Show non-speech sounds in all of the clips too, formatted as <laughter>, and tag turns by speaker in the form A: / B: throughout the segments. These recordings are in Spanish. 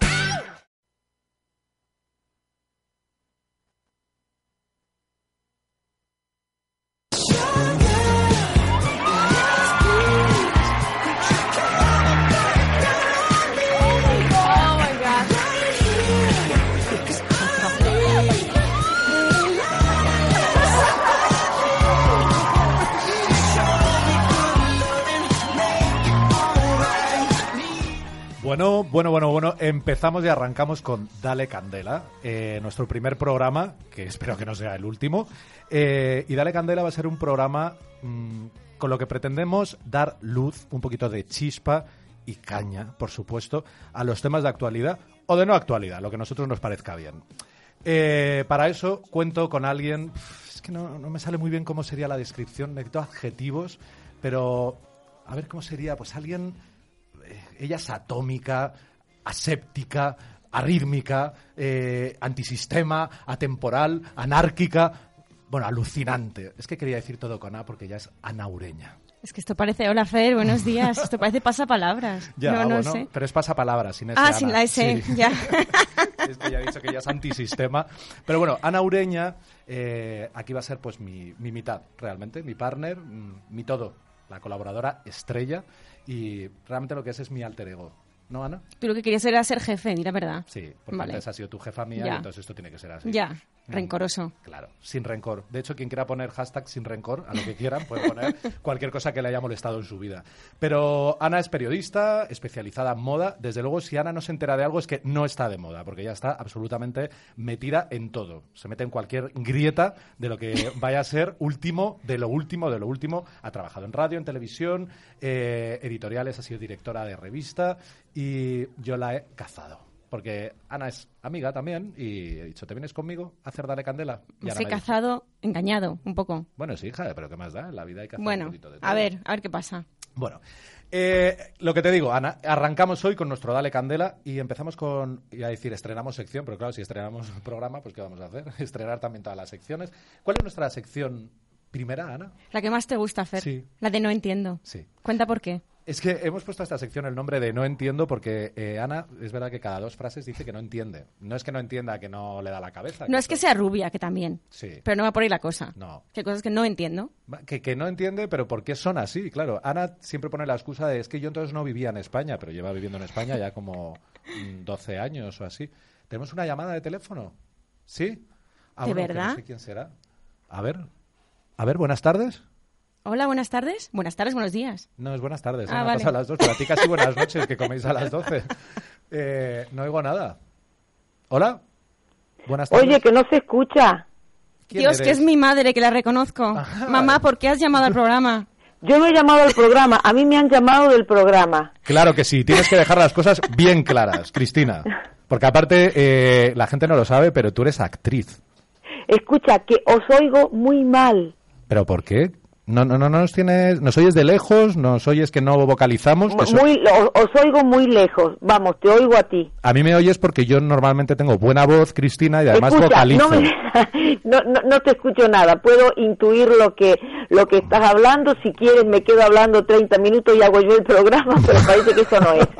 A: Bueno, bueno, bueno, bueno, empezamos y arrancamos con Dale Candela, eh, nuestro primer programa, que <laughs> espero que no sea el último. Eh, y Dale Candela va a ser un programa mm, con lo que pretendemos dar luz, un poquito de chispa y caña, por supuesto, a los temas de actualidad o de no actualidad, lo que a nosotros nos parezca bien. Eh, para eso cuento con alguien, es que no, no me sale muy bien cómo sería la descripción, necesito adjetivos, pero a ver cómo sería, pues alguien eh, ella es atómica, aséptica, arrítmica, eh, antisistema, atemporal, anárquica. Bueno, alucinante. Es que quería decir todo con A porque ya es anaureña.
B: Es que esto parece, hola Fer, buenos días. Esto parece
A: <laughs>
B: pasapalabras. no, no
A: bueno,
B: sé.
A: pero es pasapalabra, sin ese
B: Ah,
A: Ana.
B: sin la S,
A: Sí.
B: ya.
A: <laughs> es que ya he dicho que ya es antisistema. Pero bueno, Ana Ureña, eh, aquí va a ser pues mi, mi mitad, realmente, mi partner, mm, mi todo, la colaboradora estrella y realmente lo que es es mi alter ego. ¿No, Ana?
B: Tú lo que querías era ser jefe, di la verdad.
A: Sí, porque
B: Vale.
A: antes Mm. ha sido tu jefa mía
B: Ya.
A: y entonces esto tiene que ser así.
B: Ya, rencoroso.
A: Claro, sin rencor. De hecho, quien quiera poner hashtag sin rencor, a lo que quieran,
B: <laughs>
A: puede poner cualquier cosa que le haya molestado en su vida. Pero Ana es periodista, especializada en moda. Desde luego, si Ana no se entera de algo, es que no está de moda, porque ya está absolutamente metida en todo. Se mete en cualquier grieta de
B: <laughs>
A: lo que vaya a ser último, de lo último, de lo último. Ha trabajado en radio, en televisión, eh, editoriales, ha sido directora de revista y yo la he cazado. Porque Ana es amiga también y he dicho, ¿te vienes conmigo a hacer Dale Candela? Y
B: Me
A: Ana
B: he
A: me ha dicho,
B: cazado, engañado, un poco.
A: Bueno, sí, hija, pero ¿qué más da? En la vida hay que hacer un
B: Bueno,
A: poquito de todo.
B: a ver, a ver qué pasa.
A: Bueno, eh, lo que te digo, Ana, arrancamos hoy con nuestro Dale Candela y empezamos con, iba a decir, estrenamos sección, pero claro, si estrenamos <laughs> programa, pues ¿qué vamos a hacer? <laughs> Estrenar también todas las secciones. ¿Cuál es nuestra sección primera, Ana?
B: La que más te gusta, Fer.
A: Sí.
B: La de no entiendo.
A: Sí.
B: Cuenta por qué.
A: Es que hemos puesto a esta sección el nombre de No entiendo porque eh, Ana, es verdad que cada dos frases dice que no entiende. No es que no entienda que no le da la cabeza.
B: No es que
A: esto-
B: sea rubia, que también.
A: Sí.
B: Pero no va por ahí la cosa.
A: No.
B: Que hay cosas que no entiendo.
A: Que, que no entiende, pero ¿por qué son así? Claro, Ana siempre pone la excusa de es que yo entonces no vivía en España, pero lleva viviendo en España ya como mm, 12 años o así. ¿Tenemos una llamada de teléfono? ¿Sí? Ah,
B: ¿De
A: bueno, que
B: verdad?
A: No sé quién será. A ver, a ver, buenas tardes.
B: Hola, buenas tardes. Buenas tardes, buenos días.
A: No, es buenas tardes.
B: Ah,
A: Ana
B: vale.
A: pasa a las dos, pero a ti casi buenas noches, que coméis a
B: <laughs>
A: las 12. Eh, no oigo nada. ¿Hola? Buenas tardes.
C: Oye, que no se escucha.
A: ¿Quién
B: Dios, que
A: eres?
B: es mi madre, que la reconozco.
A: Ajá.
B: Mamá, ¿por qué has llamado al programa?
C: Yo no he llamado al programa, a mí me han llamado del programa.
A: Claro que sí, tienes que dejar las cosas bien claras, Cristina. Porque aparte, eh, la gente no lo sabe, pero tú eres actriz.
C: Escucha, que os oigo muy mal.
A: ¿Pero por qué? No, no, no nos tienes, nos oyes de lejos, nos oyes que no vocalizamos. que so-
C: Muy, o- os oigo muy lejos. Vamos, te oigo a ti.
A: A mí me oyes porque yo normalmente tengo buena voz, Cristina, y además
C: Escucha,
A: vocalizo.
C: no, me- <laughs> no, no- no te escucho nada. Puedo intuir lo que lo que estás hablando. Si quieres, me quedo hablando 30 minutos y hago yo el programa, <laughs> pero parece que eso no es.
A: <laughs>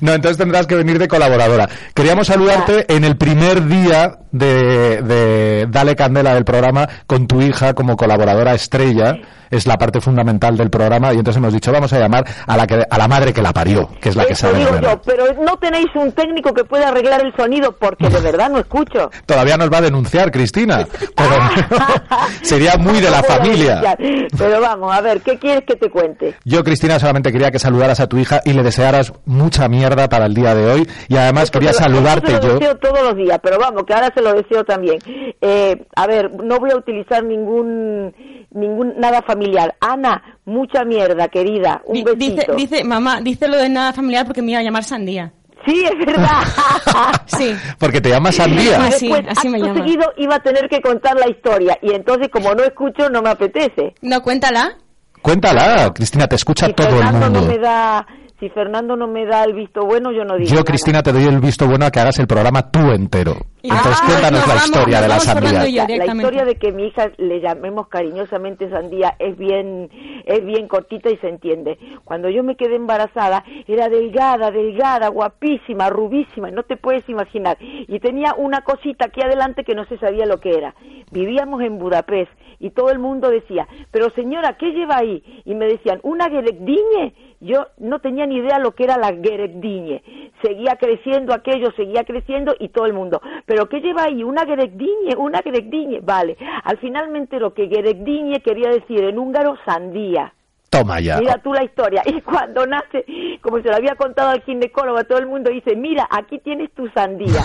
A: No, entonces tendrás que venir de colaboradora. Queríamos saludarte en el primer día de, de Dale Candela del programa con tu hija como colaboradora estrella. Es la parte fundamental del programa y entonces hemos dicho vamos a llamar a la que, a la madre que la parió, que es la que
C: Eso
A: sabe. la
C: digo
A: verdad.
C: yo, pero no tenéis un técnico que pueda arreglar el sonido porque de verdad no escucho.
A: Todavía nos va a denunciar Cristina, pero
C: <laughs>
A: <laughs> sería muy de la
C: No puedo
A: familia.
C: denunciar. Ah. Pero vamos, a ver, ¿qué quieres que te cuente?
A: Yo, Cristina, solamente quería que saludaras a tu hija y le desearas mucha mierda para el día de hoy. Y además quería
C: Pero
A: saludarte
C: eso se lo
A: yo.
C: deseo todos los días, pero vamos, que ahora se lo deseo también. Eh, a ver, no voy a utilizar ningún, ningún nada familiar. Ana, mucha mierda, querida. Un
B: Di- dice,
C: besito.
B: dice, mamá, dice lo de nada familiar porque me iba a llamar Sandía.
C: Sí, es verdad.
B: <laughs>
C: <laughs>
B: Sí.
A: Porque te llamas Sandía.
B: Así,
C: Después,
B: así me
C: acto
B: llama.
C: seguido iba a tener que contar la historia y entonces como no escucho no me apetece.
B: No, cuéntala.
A: Cuéntala, Cristina, te escucha
C: y
A: todo el
C: Fernando
A: mundo.
C: no me da Si Fernando no me da el visto bueno, yo no digo
A: Yo,
C: nada.
A: Cristina, te doy el visto bueno a que hagas el programa tú entero.
B: Y-
A: Entonces,
B: Ah,
A: cuéntanos
B: nos
A: la
B: vamos,
A: historia
B: nos
A: de la
B: vamos Fernando y
A: sandía.
B: yo.
C: La- La,
B: directamente.
C: historia de que mi hija le llamemos cariñosamente sandía es bien, es bien cortita y se entiende. Cuando yo me quedé embarazada, era delgada, delgada, guapísima, rubísima, no te puedes imaginar. Y tenía una cosita aquí adelante que no se sabía lo que era. Vivíamos en Budapest y todo el mundo decía, pero señora, ¿qué lleva ahí? Y me decían, una guerecdiñe. Yo no tenía ni idea lo que era la guerecdiñe. Seguía creciendo aquello, seguía creciendo y todo el mundo. Pero ¿qué lleva ahí? Una guerecdiñe, una guerecdiñe. Vale. Al final me entero que guerecdiñe quería decir en húngaro sandía.
A: Toma ya.
C: Mira tú la historia. <laughs> Y cuando nace, como se lo había contado al ginecólogo, a todo el mundo dice, mira, aquí tienes tu sandía.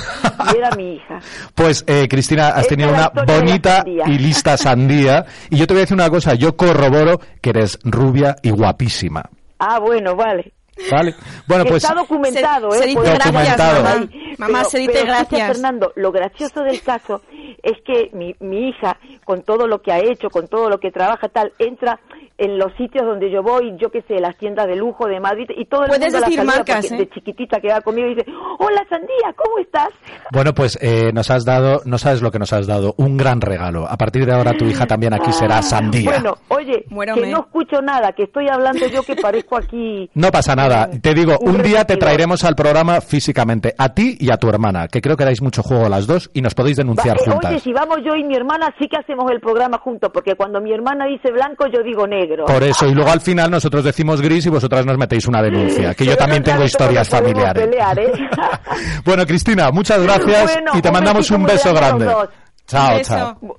C: Y era mi hija.
A: Pues, eh, Cristina, has
C: Esa
A: tenido
C: es la
A: una
C: historia de la
A: bonita
C: sandía.
A: y lista sandía. Y yo te voy a decir una cosa, yo corroboro que eres rubia y guapísima.
C: Ah, bueno, vale.
A: ¿Vale? Bueno, pues...
C: está documentado,
B: Se-
C: ¿eh?
B: se dice
C: Podemos
A: gracias,
C: hablar
A: mamá.
C: ahí.
B: Mamá, se dice
C: escucha,
B: gracias.
C: Fernando, lo gracioso del caso es que mi, mi hija, con todo lo que ha hecho, con todo lo que trabaja, tal, entra en los sitios donde yo voy, yo qué sé, las tiendas de lujo de Madrid y todo el
B: Puedes
C: mundo la
B: decir
C: saluda
B: marcas,
C: porque
B: ¿eh?
C: de chiquitita que va conmigo y dice, hola Sandía, ¿cómo estás?
A: Bueno, pues eh, nos has dado, no sabes lo que nos has dado, un gran regalo. A partir de ahora tu hija también aquí será sandía.
C: Bueno, oye,
B: Muérame.
C: que no escucho nada, que estoy hablando yo que parezco aquí...
A: <laughs> No pasa nada.
C: un-
A: Te digo, un, día te
C: repetidor.
A: traeremos al programa físicamente, a ti y a tu hermana, que creo que dais mucho juego a las dos y nos podéis
C: Va-
A: denunciar
C: eh,
A: juntas.
C: Oye, si vamos yo y mi hermana, sí que hacemos el programa juntos, porque cuando mi hermana dice blanco, yo digo negro.
A: Por eso, y luego al final nosotros decimos gris y vosotras nos metéis una denuncia, que yo
C: Pero
A: también
C: no
A: tengo
C: sabes cómo
A: historias
C: nos podemos
A: familiares.
C: pelear, ¿eh?
A: <laughs> bueno, Cristina, muchas gracias
C: Bueno,
A: y te
C: un
A: mandamos
C: besito
A: un
C: muy
A: beso
C: grande
A: grande.
C: a los dos.
A: Chao,
B: Un beso.
A: chao.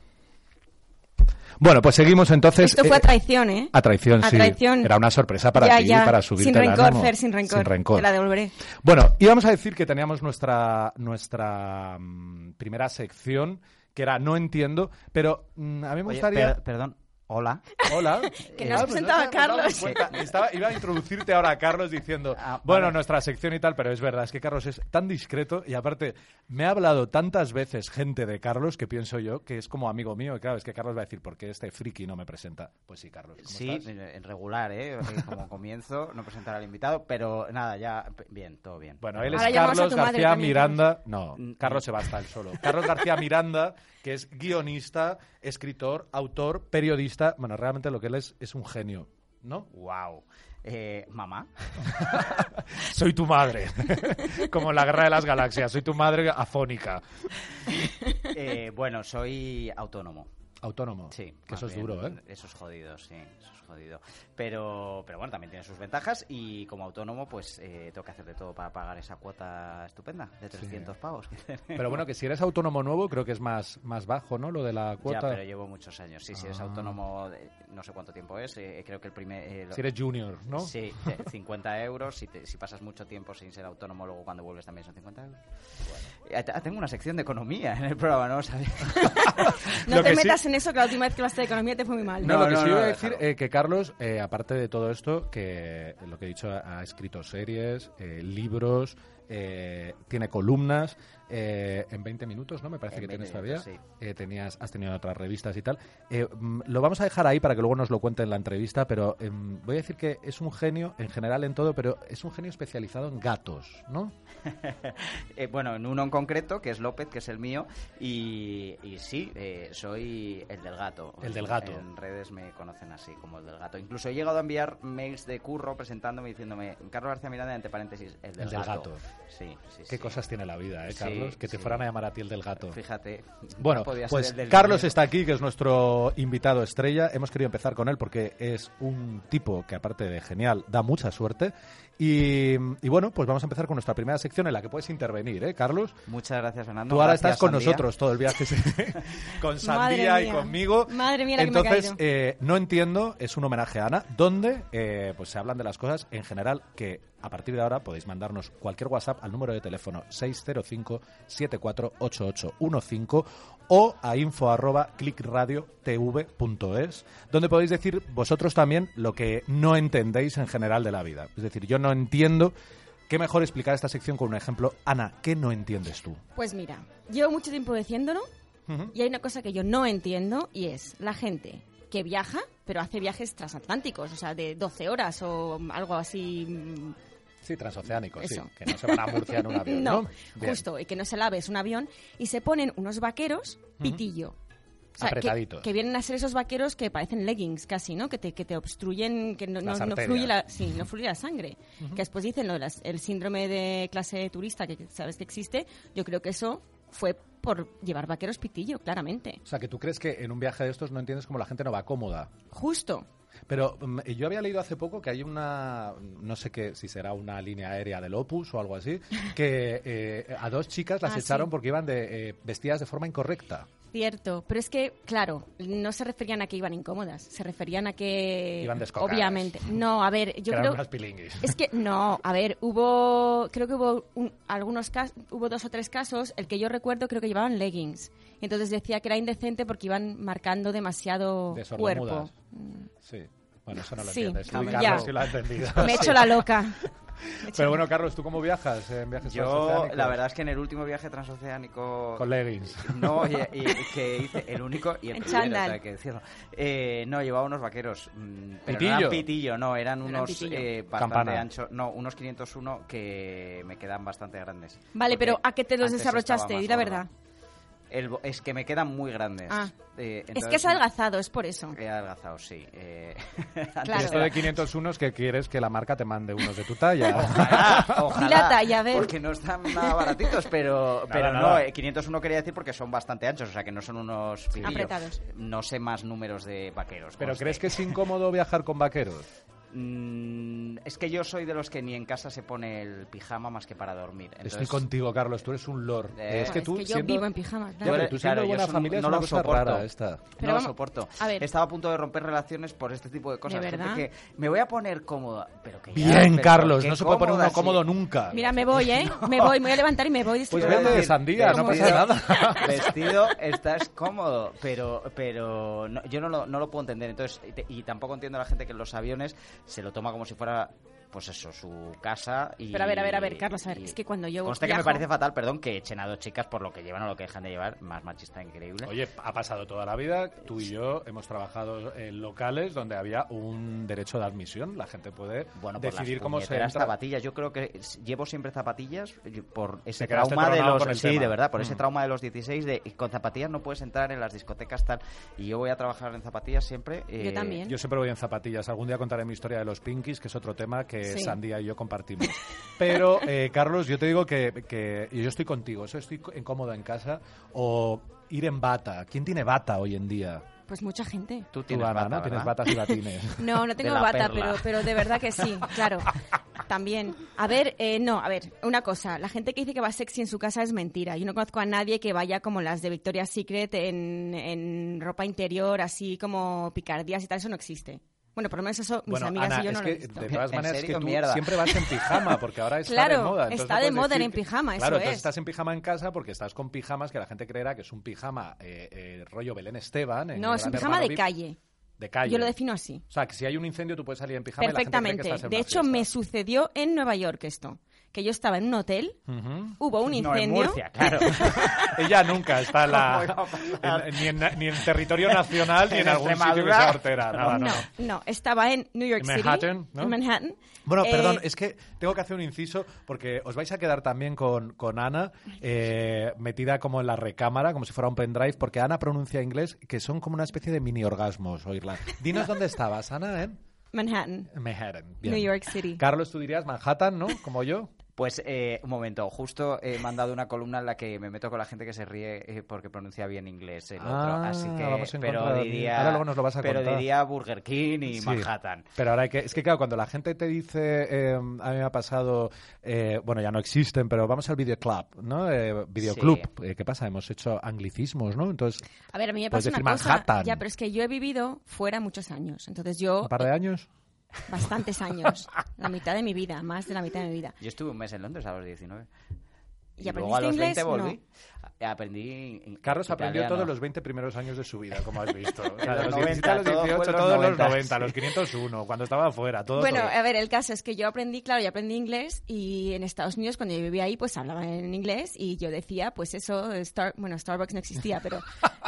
A: Bueno, pues seguimos entonces.
B: Esto fue
A: eh,
B: a traición, ¿eh?
A: A traición,
B: A
A: sí.
B: traición.
A: Era una sorpresa para
B: Ya,
A: ti,
B: ya.
A: para subirte
B: Sin
A: el
B: rencor,
A: ánimo.
B: Fer, sin rencor.
A: Sin rencor.
B: Te la devolveré.
A: Bueno, íbamos a decir que teníamos nuestra, nuestra mm, primera sección, que era No Entiendo, pero mm, a mí me
D: Oye,
A: gustaría...
D: per- perdón, hola.
A: <laughs> Hola.
B: Que no has
A: Ah, pues
B: presentado
A: no
B: a
A: te había dado
B: Carlos.
A: cuenta. Estaba- iba a introducirte ahora a Carlos diciendo,
D: Ah,
A: bueno,
D: vale.
A: nuestra sección y tal, pero es verdad, es que Carlos es tan discreto y aparte me ha hablado tantas veces gente de Carlos que pienso yo que es como amigo mío. Y claro, es que Carlos va a decir, ¿por qué este friki no me presenta? Pues sí, Carlos. ¿cómo
D: Sí,
A: estás?
D: en regular, ¿eh? Como comienzo, no presentar al invitado, pero nada, ya, p- bien, todo bien.
A: Bueno, él
B: Ahora
A: es
B: llamamos a
A: Carlos
B: tu madre
A: García
B: también,
A: Miranda. No,
D: Mm,
A: Carlos Sebastián solo. Carlos García Miranda, que es guionista, escritor, autor, periodista. Bueno, realmente lo que él es es un genio, ¿no?
D: Wow. Eh,
A: <laughs>
D: mamá.
A: Soy tu madre. <laughs> Como en la guerra de las galaxias. Soy tu madre afónica.
D: Eh, bueno, soy autónomo.
A: Autónomo.
D: Sí.
A: Que eso
D: más
A: es duro, ¿eh?
D: <laughs> bien, Eso es jodido, sí, eso es jodido. Pero, pero bueno, también tiene sus ventajas y como autónomo, pues eh, tengo que hacer de todo para pagar esa cuota estupenda de 300 pavos. <laughs> que tenemos.
A: Pero bueno, que si eres autónomo nuevo, creo que es más, más bajo, ¿no? Lo de la
D: Ya,
A: cuota.
D: pero llevo muchos años. Sí, si eres
A: Ah.
D: autónomo, eh, no sé cuánto tiempo es. eh, creo que el primer. eh, lo-
A: Si eres junior, ¿no?
D: Sí, de 50 euros. Si, te- si pasas mucho tiempo sin ser autónomo, luego cuando vuelves también son 50 euros. Eh, ah, tengo una sección de economía en el programa, ¿no? <laughs> ¿Sabes?
B: No
A: Lo
B: te
A: que sí-
B: metas en eso, que la última vez que hablaste de economía te fue muy mal.
A: No,
D: No,
A: lo que
D: no,
A: sí
D: no,
A: iba a
D: déjalo.
A: decir eh, que Carlos, eh, aparte de todo esto, que lo que he dicho, ha ha escrito series, eh, libros, eh, tiene columnas. eh, en 20 minutos, ¿no? Me parece
D: En
A: que tienes
D: 20
A: todavía.
D: minutos,
A: Eh, tenías, has tenido otras revistas y tal. Eh, mm, lo vamos a dejar ahí para que luego nos lo cuente en la entrevista, pero em, voy a decir que es un genio en general en todo, pero es un genio especializado en gatos, ¿no?
D: Eh, bueno, en uno en concreto, que es López, que es el mío, y, y sí, eh, soy el del gato.
A: El del gato.
D: En redes me conocen así, como el del gato. Incluso he llegado a enviar mails de curro presentándome y diciéndome, Carlos García Miranda, entre paréntesis, el del,
A: El del
D: gato.
A: gato.
D: Sí, sí,
A: Qué
D: sí.
A: cosas tiene la vida, ¿eh,
D: Sí,
A: Carlos? que te
D: sí.
A: fueran a llamar a ti el del gato.
D: Fíjate.
A: Bueno,
D: no podía ser
A: pues
D: el del
A: Carlos
D: dinero.
A: está aquí, que es nuestro invitado estrella. Hemos querido empezar con él porque es un tipo que, aparte de genial, da mucha suerte. Y, y bueno, pues vamos a empezar con nuestra primera sección en la que puedes intervenir, ¿eh, Carlos?
D: Muchas gracias, Fernando.
A: Tú ahora
D: Gracias,
A: estás con
D: Sandía.
A: nosotros todo el viaje,
B: <laughs>
A: sí. con Sandía
B: Madre
A: y
B: mía.
A: conmigo.
B: Madre mía, la que me he
A: Entonces,
B: caído.
A: eh, no entiendo, es un homenaje a Ana, donde eh, pues se hablan de las cosas en general que a partir de ahora podéis mandarnos cualquier WhatsApp al número de teléfono 605-748815 o a info arroba clickradiotv.es, donde podéis decir vosotros también lo que no entendéis en general de la vida. Es decir, yo no entiendo. Qué mejor explicar esta sección con un ejemplo. Ana, ¿qué no entiendes tú?
B: Pues mira, llevo mucho tiempo diciéndolo y hay una cosa que yo no entiendo y es la gente que viaja, pero hace viajes transatlánticos, o sea, de 12 horas o algo así mm,
A: Sí, transoceánicos, sí.
B: Eso.
A: Que no se van a Murcia en un avión,
B: <laughs>
A: ¿no?
B: No,
A: Bien.
B: justo, y que no se lave, es un avión, y se ponen unos vaqueros pitillo. O que-
A: Apretaditos.
B: Que, vienen a ser esos vaqueros que parecen leggings casi, ¿no? Que te, que te obstruyen, que no,
A: Las
B: no- no
A: arterias.
B: fluye, la, sí, no fluye la sangre. Que después dicen lo del el síndrome de clase turista que sabes que existe. Yo creo que eso fue por llevar vaqueros pitillo, claramente.
A: O sea, que tú crees que en un viaje de estos no entiendes cómo la gente no va cómoda.
B: Justo.
A: Pero mm, yo había leído hace poco que hay una, no sé qué, si será una línea aérea del Opus o
B: <laughs>
A: algo así, que eh, a dos chicas las
B: Ah, sí.
A: echaron porque iban de, eh, vestidas de forma incorrecta.
B: Cierto, pero es que, claro, no se referían a que iban incómodas, se referían a que...
A: Iban descocadas.
B: Obviamente. No, a ver, yo
A: que
B: creo...
A: eran unas pilinguis.
B: Es que no, a ver, hubo, creo que hubo un- algunos casos, hubo dos o tres casos, el que yo recuerdo creo que llevaban leggings. Entonces decía que era indecente porque iban marcando demasiado
A: De
B: cuerpo.
A: sordomudas. <laughs> Sí. Bueno, eso no lo
B: Sí,
A: entiendes. Tú y
B: ya.
A: Carlos sí lo ha entendido.
B: <laughs> Me he hecho la loca. Me he hecho
A: Pero bueno, Carlos, ¿tú cómo viajas en viajes
D: Yo,
A: transoceánicos?
D: la verdad es que en el último viaje transoceánico...
A: Con leggings.
D: No, y, y- y que hice el único y el
B: En
D: primero,
B: chándal.
D: o sea, hay que decirlo. Eh, no, llevaba unos vaqueros. mm, Pero no
A: Pitillo.
D: eran pitillo, no, eran
B: Eran
D: unos
B: pitillo.
D: eh, bastante
A: Campana.
D: anchos. No, unos 501 que me quedan bastante grandes.
B: Vale,
D: Porque
B: pero ¿a qué te los
D: antes
B: desabrochaste?
D: estaba más
B: Di la
D: gordo.
B: verdad.
D: El bo- es que me quedan muy grandes.
B: Ah.
D: Eh,
B: es que
D: entonces
B: es adelgazado, es por eso.
D: He adelgazado, sí. Eh, <laughs> antes
B: Claro.
A: Esto de 501 es que quieres que la marca te mande unos de tu
D: <laughs>
A: talla. <laughs>
B: <laughs>
D: Ojalá, ojalá.
B: Di la talla, a ver.
D: Porque no están nada baratitos, pero, pero no, eh, 501 quería decir porque son bastante anchos, o sea que no son unos pitillo.
B: Apretados.
D: No sé más números de vaqueros.
A: ¿Pero
D: conste.
A: crees que es incómodo viajar con vaqueros?
D: Mm, es que yo soy de los que ni en casa se pone el pijama más que para dormir.
A: Estoy
D: Entonces,
A: contigo, Carlos. Tú eres un lord.
D: Eh.
A: Es que
B: No,
A: tú
B: yo
A: siendo-
B: vivo en pijama,
A: Ya,
B: claro.
D: Yo
A: pero
D: le-
A: tú siendo
D: claro, yo
A: buena
D: eso no-
A: familia es
D: no
A: una
D: lo
A: cosa
D: soporto.
A: rara esta.
B: Pero
D: no
B: vamos-
D: lo soporto.
B: a ver.
D: Estaba a punto de romper relaciones por este tipo de cosas.
B: ¿De
D: gente
B: verdad?
D: que me voy a poner cómoda. Pero que ya,
A: Bien,
D: pero
A: Carlos.
D: qué
A: No se puede poner
D: cómoda,
A: uno
D: sí.
A: cómodo nunca.
B: Mira, me voy,
A: <laughs>
B: ¿eh? Me voy, me voy a levantar y me voy.
A: Pues
B: Estoy-
A: vete de sandía, no pasa nada.
D: <laughs> Vestido, estás cómodo, pero pero no- yo no lo, no lo puedo entender. Entonces y, te- y tampoco entiendo a la gente que en los aviones se lo toma como si fuera, pues eso, su casa. Y,
B: Pero a ver, a ver, a ver, Carlos, a ver, es que cuando yo
D: Conste que me
B: viajo-
D: parece fatal, perdón, que echen a dos chicas por lo que llevan o lo que dejan de llevar, más machista increíble.
A: Oye, ha pasado toda la vida. Tú y yo hemos trabajado en locales donde había un derecho de admisión. La gente puede
D: bueno, por
A: decidir
D: las
A: cómo se
D: puñeteras
A: entra.
D: zapatillas. Yo creo que s- llevo siempre zapatillas yo- por ese
A: Te quedaste
D: trauma de
A: tronado
D: los
A: con el
D: sí,
A: tema. Mm.
D: de verdad, por ese trauma de los 16 de con zapatillas no puedes entrar en las discotecas tal y yo voy a trabajar en zapatillas siempre. eh,
B: Yo también.
A: Yo siempre voy en zapatillas. Algún día contaré mi historia de los pinkies, que es otro tema que
B: Sí.
A: Sandía y yo
B: <laughs>
A: compartimos. Pero, eh, Carlos, yo te digo que, que y yo estoy contigo. Eso estoy co- incómodo en casa o ir en bata. ¿Quién tiene bata hoy en día?
B: Pues mucha gente.
D: Tú
A: Tú,
D: tienes
A: Ana,
D: bata,
A: ¿no?
D: ¿verdad?
A: Tienes batas y
D: <laughs>
A: batines.
B: No, no tengo
D: la
B: bata,
D: perla.
B: pero, pero de verdad que sí, claro. También. A ver, eh, no, a ver, una cosa. La gente que dice que va sexy en su casa es mentira. Yo no conozco a nadie que vaya como las de Victoria's Secret en, en ropa interior, así como picardías y tal. Eso no existe. Bueno, por lo menos eso mis
A: Bueno,
B: amigas
A: Ana,
B: y yo
A: es
B: no lo
A: que
B: he visto.
A: de todas
D: ¿En
A: maneras
D: serio?
A: que tú
D: Mierda.
A: siempre vas en pijama, porque ahora está de
B: Claro,
A: moda. entonces
B: está
A: no
B: de
A: puedes
B: moda
A: decir
B: en
A: que-
B: pijama,
A: Claro,
B: eso
A: entonces
B: es.
A: estás en pijama en casa porque estás con pijamas que la gente creerá que es un pijama eh, eh, rollo Belén Esteban. en
B: No, es un
A: Gran
B: pijama
A: Hermano
B: de
A: VIP.
B: calle.
A: De calle.
B: Yo lo defino así.
A: O sea, que si hay un incendio tú puedes salir en pijama y la
B: Perfectamente.
A: gente cree que estás en
B: De
A: una
B: hecho, me
A: fiesta.
B: sucedió en Nueva York esto. Que yo estaba en un hotel,
A: Hmm.
B: hubo un
D: No, en
B: incendio. <laughs>
D: Murcia, claro.
A: Ella nunca está en la-
D: ¿Cómo iba a pasar?
A: en- ni, en, ni en territorio
B: <laughs>
A: nacional ni en
D: En
A: algún sitio que
D: Extremadura.
A: sea hortera. Nada,
B: no,
A: no, no.
B: no, estaba en New York
A: En
B: City.
A: Manhattan, ¿no?
B: En Manhattan.
A: Bueno,
B: Eh,
A: perdón, es que tengo que hacer un inciso porque os vais a quedar también con, con Ana eh, metida como en la recámara, como si fuera un pendrive, porque Ana pronuncia inglés que son como una especie de mini orgasmos oírla.
B: <laughs>
A: Dinos dónde estabas, Ana, en
B: Manhattan.
A: Manhattan. Bien.
B: New York City.
A: Carlos, tú dirías Manhattan, ¿no? Como yo.
D: Pues eh, un momento, justo he mandado una columna en la que me meto con la gente que se ríe eh, porque pronuncia bien inglés el
A: Ah,
D: otro, así que
A: vamos en contra
D: pero
A: de-
D: diría
A: ahora luego nos lo vas a
D: pero
A: contar.
D: diría Burger King y
A: Sí.
D: Manhattan.
A: Pero ahora hay que, es que claro, cuando la gente te dice, eh, a mí me ha pasado, eh, bueno, ya no existen, pero vamos al videoclub, ¿no? Eh, videoclub, Eh, ¿qué pasa? Hemos hecho anglicismos, ¿no? Entonces,
B: A ver, a mí me
A: Puedes
B: pasa una
A: decir
B: cosa.
A: Pues Manhattan.
B: Ya, pero es que yo he vivido fuera muchos años. Entonces yo,
A: un par de años.
B: bastantes años. la mitad de mi vida, más de la mitad de mi vida.
D: Yo estuve un mes en Londres a los 19.
B: ¿Y,
D: luego a
B: aprendiste
D: los
B: inglés?
D: 20
B: no.
D: volví. A- Aprendí. in-
A: Carlos aprendió
D: italiano.
A: todos los 20 primeros años de su vida, como has
B: <laughs>
A: visto. O sea,
D: En
A: de los
D: los
A: 17 a los
D: 90,
A: 18,
D: todo fue
A: todos
D: en los
A: los
D: 90,
A: 90, los 501, cuando estaba afuera, todo.
B: Bueno, eh,
A: todo.
B: a ver, el caso es que yo aprendí, claro, yo aprendí inglés y en Estados Unidos cuando yo vivía ahí pues hablaba en inglés y yo decía pues eso, Star- bueno, Starbucks no existía,
A: <laughs>
B: pero...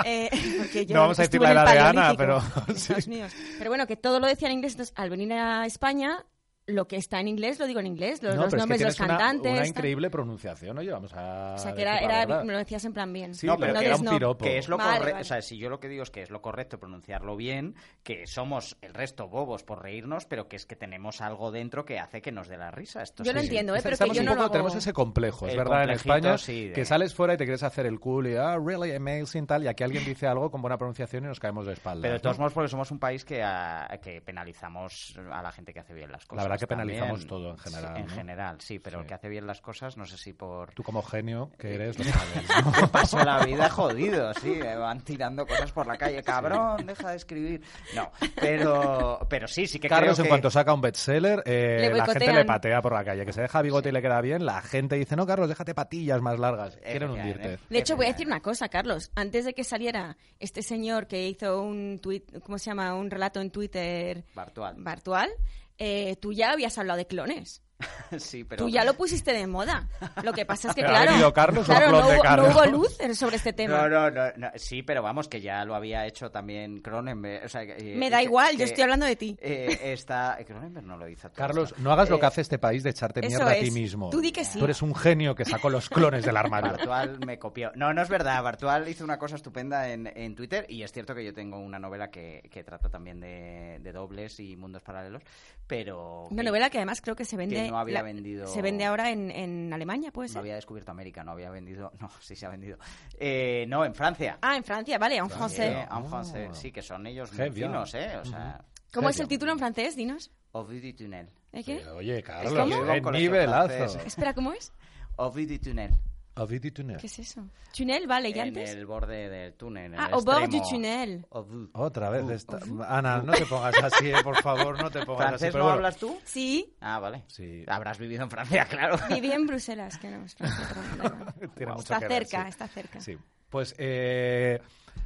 B: eh, <laughs> porque yo
A: No vamos a decir
B: estuve en
A: la
B: el
A: edad de Ana, <laughs>
B: Paleolítico
A: pero-
B: en Estados Unidos. Pero bueno, que todo lo decía en inglés, entonces al venir a España lo que está en inglés lo digo en inglés, los,
A: No,
B: los
A: pero es que
B: nombres de los
A: tienes una-
B: cantantes.
A: Una,
B: tal.
A: increíble pronunciación, oye, vamos a.
B: o sea, que
A: decir
B: era,
A: la
B: era-
A: verdad.
B: me lo decías en plan bien.
A: Sí, pero que
B: de
A: era un
B: snob.
A: piropo.
D: Que es lo
B: Vale,
D: correcto.
B: vale.
D: O sea, si yo lo que digo es que es lo correcto pronunciarlo bien, que somos el resto bobos por reírnos, pero que es que tenemos algo dentro que hace que nos dé la risa. Esto
B: Yo
D: sí.
B: lo entiendo, ¿eh? pero que
A: Estamos
B: yo
A: un
B: no
A: poco,
B: lo hago.
A: tenemos ese complejo, es
D: El
A: verdad, en
D: complejito,
A: España,
D: sí, de-
A: que sales fuera y te quieres hacer el cool y, ah, really amazing, tal, y aquí alguien dice algo con buena pronunciación y nos caemos de espaldas.
D: Pero de
A: ¿no?
D: todos modos, porque somos un país que, ah, que penalizamos a la gente que hace bien las cosas.
A: verdad que
D: también.
A: penalizamos todo en general,
D: Sí, en
A: ¿no?
D: general, sí, pero
A: Sí.
D: el que hace bien las cosas, no sé si por.
A: Tú como genio que eres,
D: <laughs>
A: lo sabes, ¿no?
D: paso la vida jodido, sí, me van tirando cosas por la calle, cabrón, deja de escribir. No, pero, pero sí, sí que
A: Carlos, en
D: creo que-
A: cuanto saca un bestseller, eh,
B: Le
A: la gente
B: boicotean.
A: le patea por la calle. Que se deja bigote y le queda bien, la gente dice, no, Carlos, déjate patillas más largas. Quieren
D: Efectivamente.
A: hundirte.
B: De hecho, voy a
D: Efectivamente.
B: decir una cosa, Carlos. Antes de que saliera este señor que hizo un tuit, ¿cómo se llama? Un relato en Twitter
D: Bartual.
B: Bartual, eh, tú ya habías hablado de clones.
D: <laughs> Sí, pero
B: tú ya lo pusiste de moda. Lo que pasa es que,
A: ¿Ha
B: claro,
A: venido Carlos o
B: claro,
A: clon
B: no,
A: de
B: hubo,
A: Carlos?
B: no hubo luz sobre este tema.
D: No, no, no, no, sí, pero vamos, que ya lo había hecho también Cronenberg. o sea, que- eh,
B: Me da
D: que-
B: igual,
D: que-
B: yo estoy hablando de ti.
D: eh, está... Cronenberg no lo hizo. todo
A: Carlos,
D: esto.
A: no hagas lo que
D: Eh,
A: hace este país de echarte
B: eso
A: mierda a ti
B: es.
A: mismo.
B: Tú di que sí.
A: Tú eres un genio que sacó los clones del armario.
D: Bartual me copió. No, no es verdad. Bartual hizo una cosa estupenda en, en Twitter y es cierto que yo tengo una novela que, que trata también de, de dobles y mundos paralelos, pero...
B: Una
D: eh, que
B: novela que además creo que se vende.
D: no había vendido-
B: Se vende ahora en, en Alemania, puede
D: No
B: ser.
D: había descubierto América, no había vendido... <laughs> No, sí se ha vendido. Eh, no, en Francia.
B: Ah, en Francia, vale, en
D: Eh,
B: francés.
D: en francés,
A: Ah.
D: sí, que son ellos
A: Qué
D: muy
A: bien.
D: finos, ¿eh? O sea...
B: ¿Cómo es el título en francés? Dinos.
D: Au vu du tunnel.
B: ¿Eh, <laughs> qué?
A: Oye,
B: Es que
A: Carlos,
B: yo
D: vivo
A: qué
D: con los eh.
A: nivelazo.
D: franceses.
B: Espera, ¿cómo es?
D: Au vu du tunnel.
A: Ovid y Tuner.
B: ¿Qué es eso? ¿Tunel? Vale, ¿y
D: En
B: antes?
D: el borde del túnel. en
B: Ah,
D: el
B: au bord
D: extremo.
B: du tunnel.
D: Au vu.
A: Otra vez esta- Ana, no te pongas así, eh, por favor, no te pongas así.
D: ¿Francés no
A: pero bueno.
D: hablas tú?
B: Sí,
D: Ah, vale.
A: Sí.
D: Habrás vivido en Francia, <laughs> claro.
B: viví en Bruselas, que no es Francia, pero bueno, da igual.
A: <laughs> Tiene <laughs> mucho
B: Está
A: que ver,
B: cerca,
A: sí.
B: está cerca.
A: Sí. Pues eh,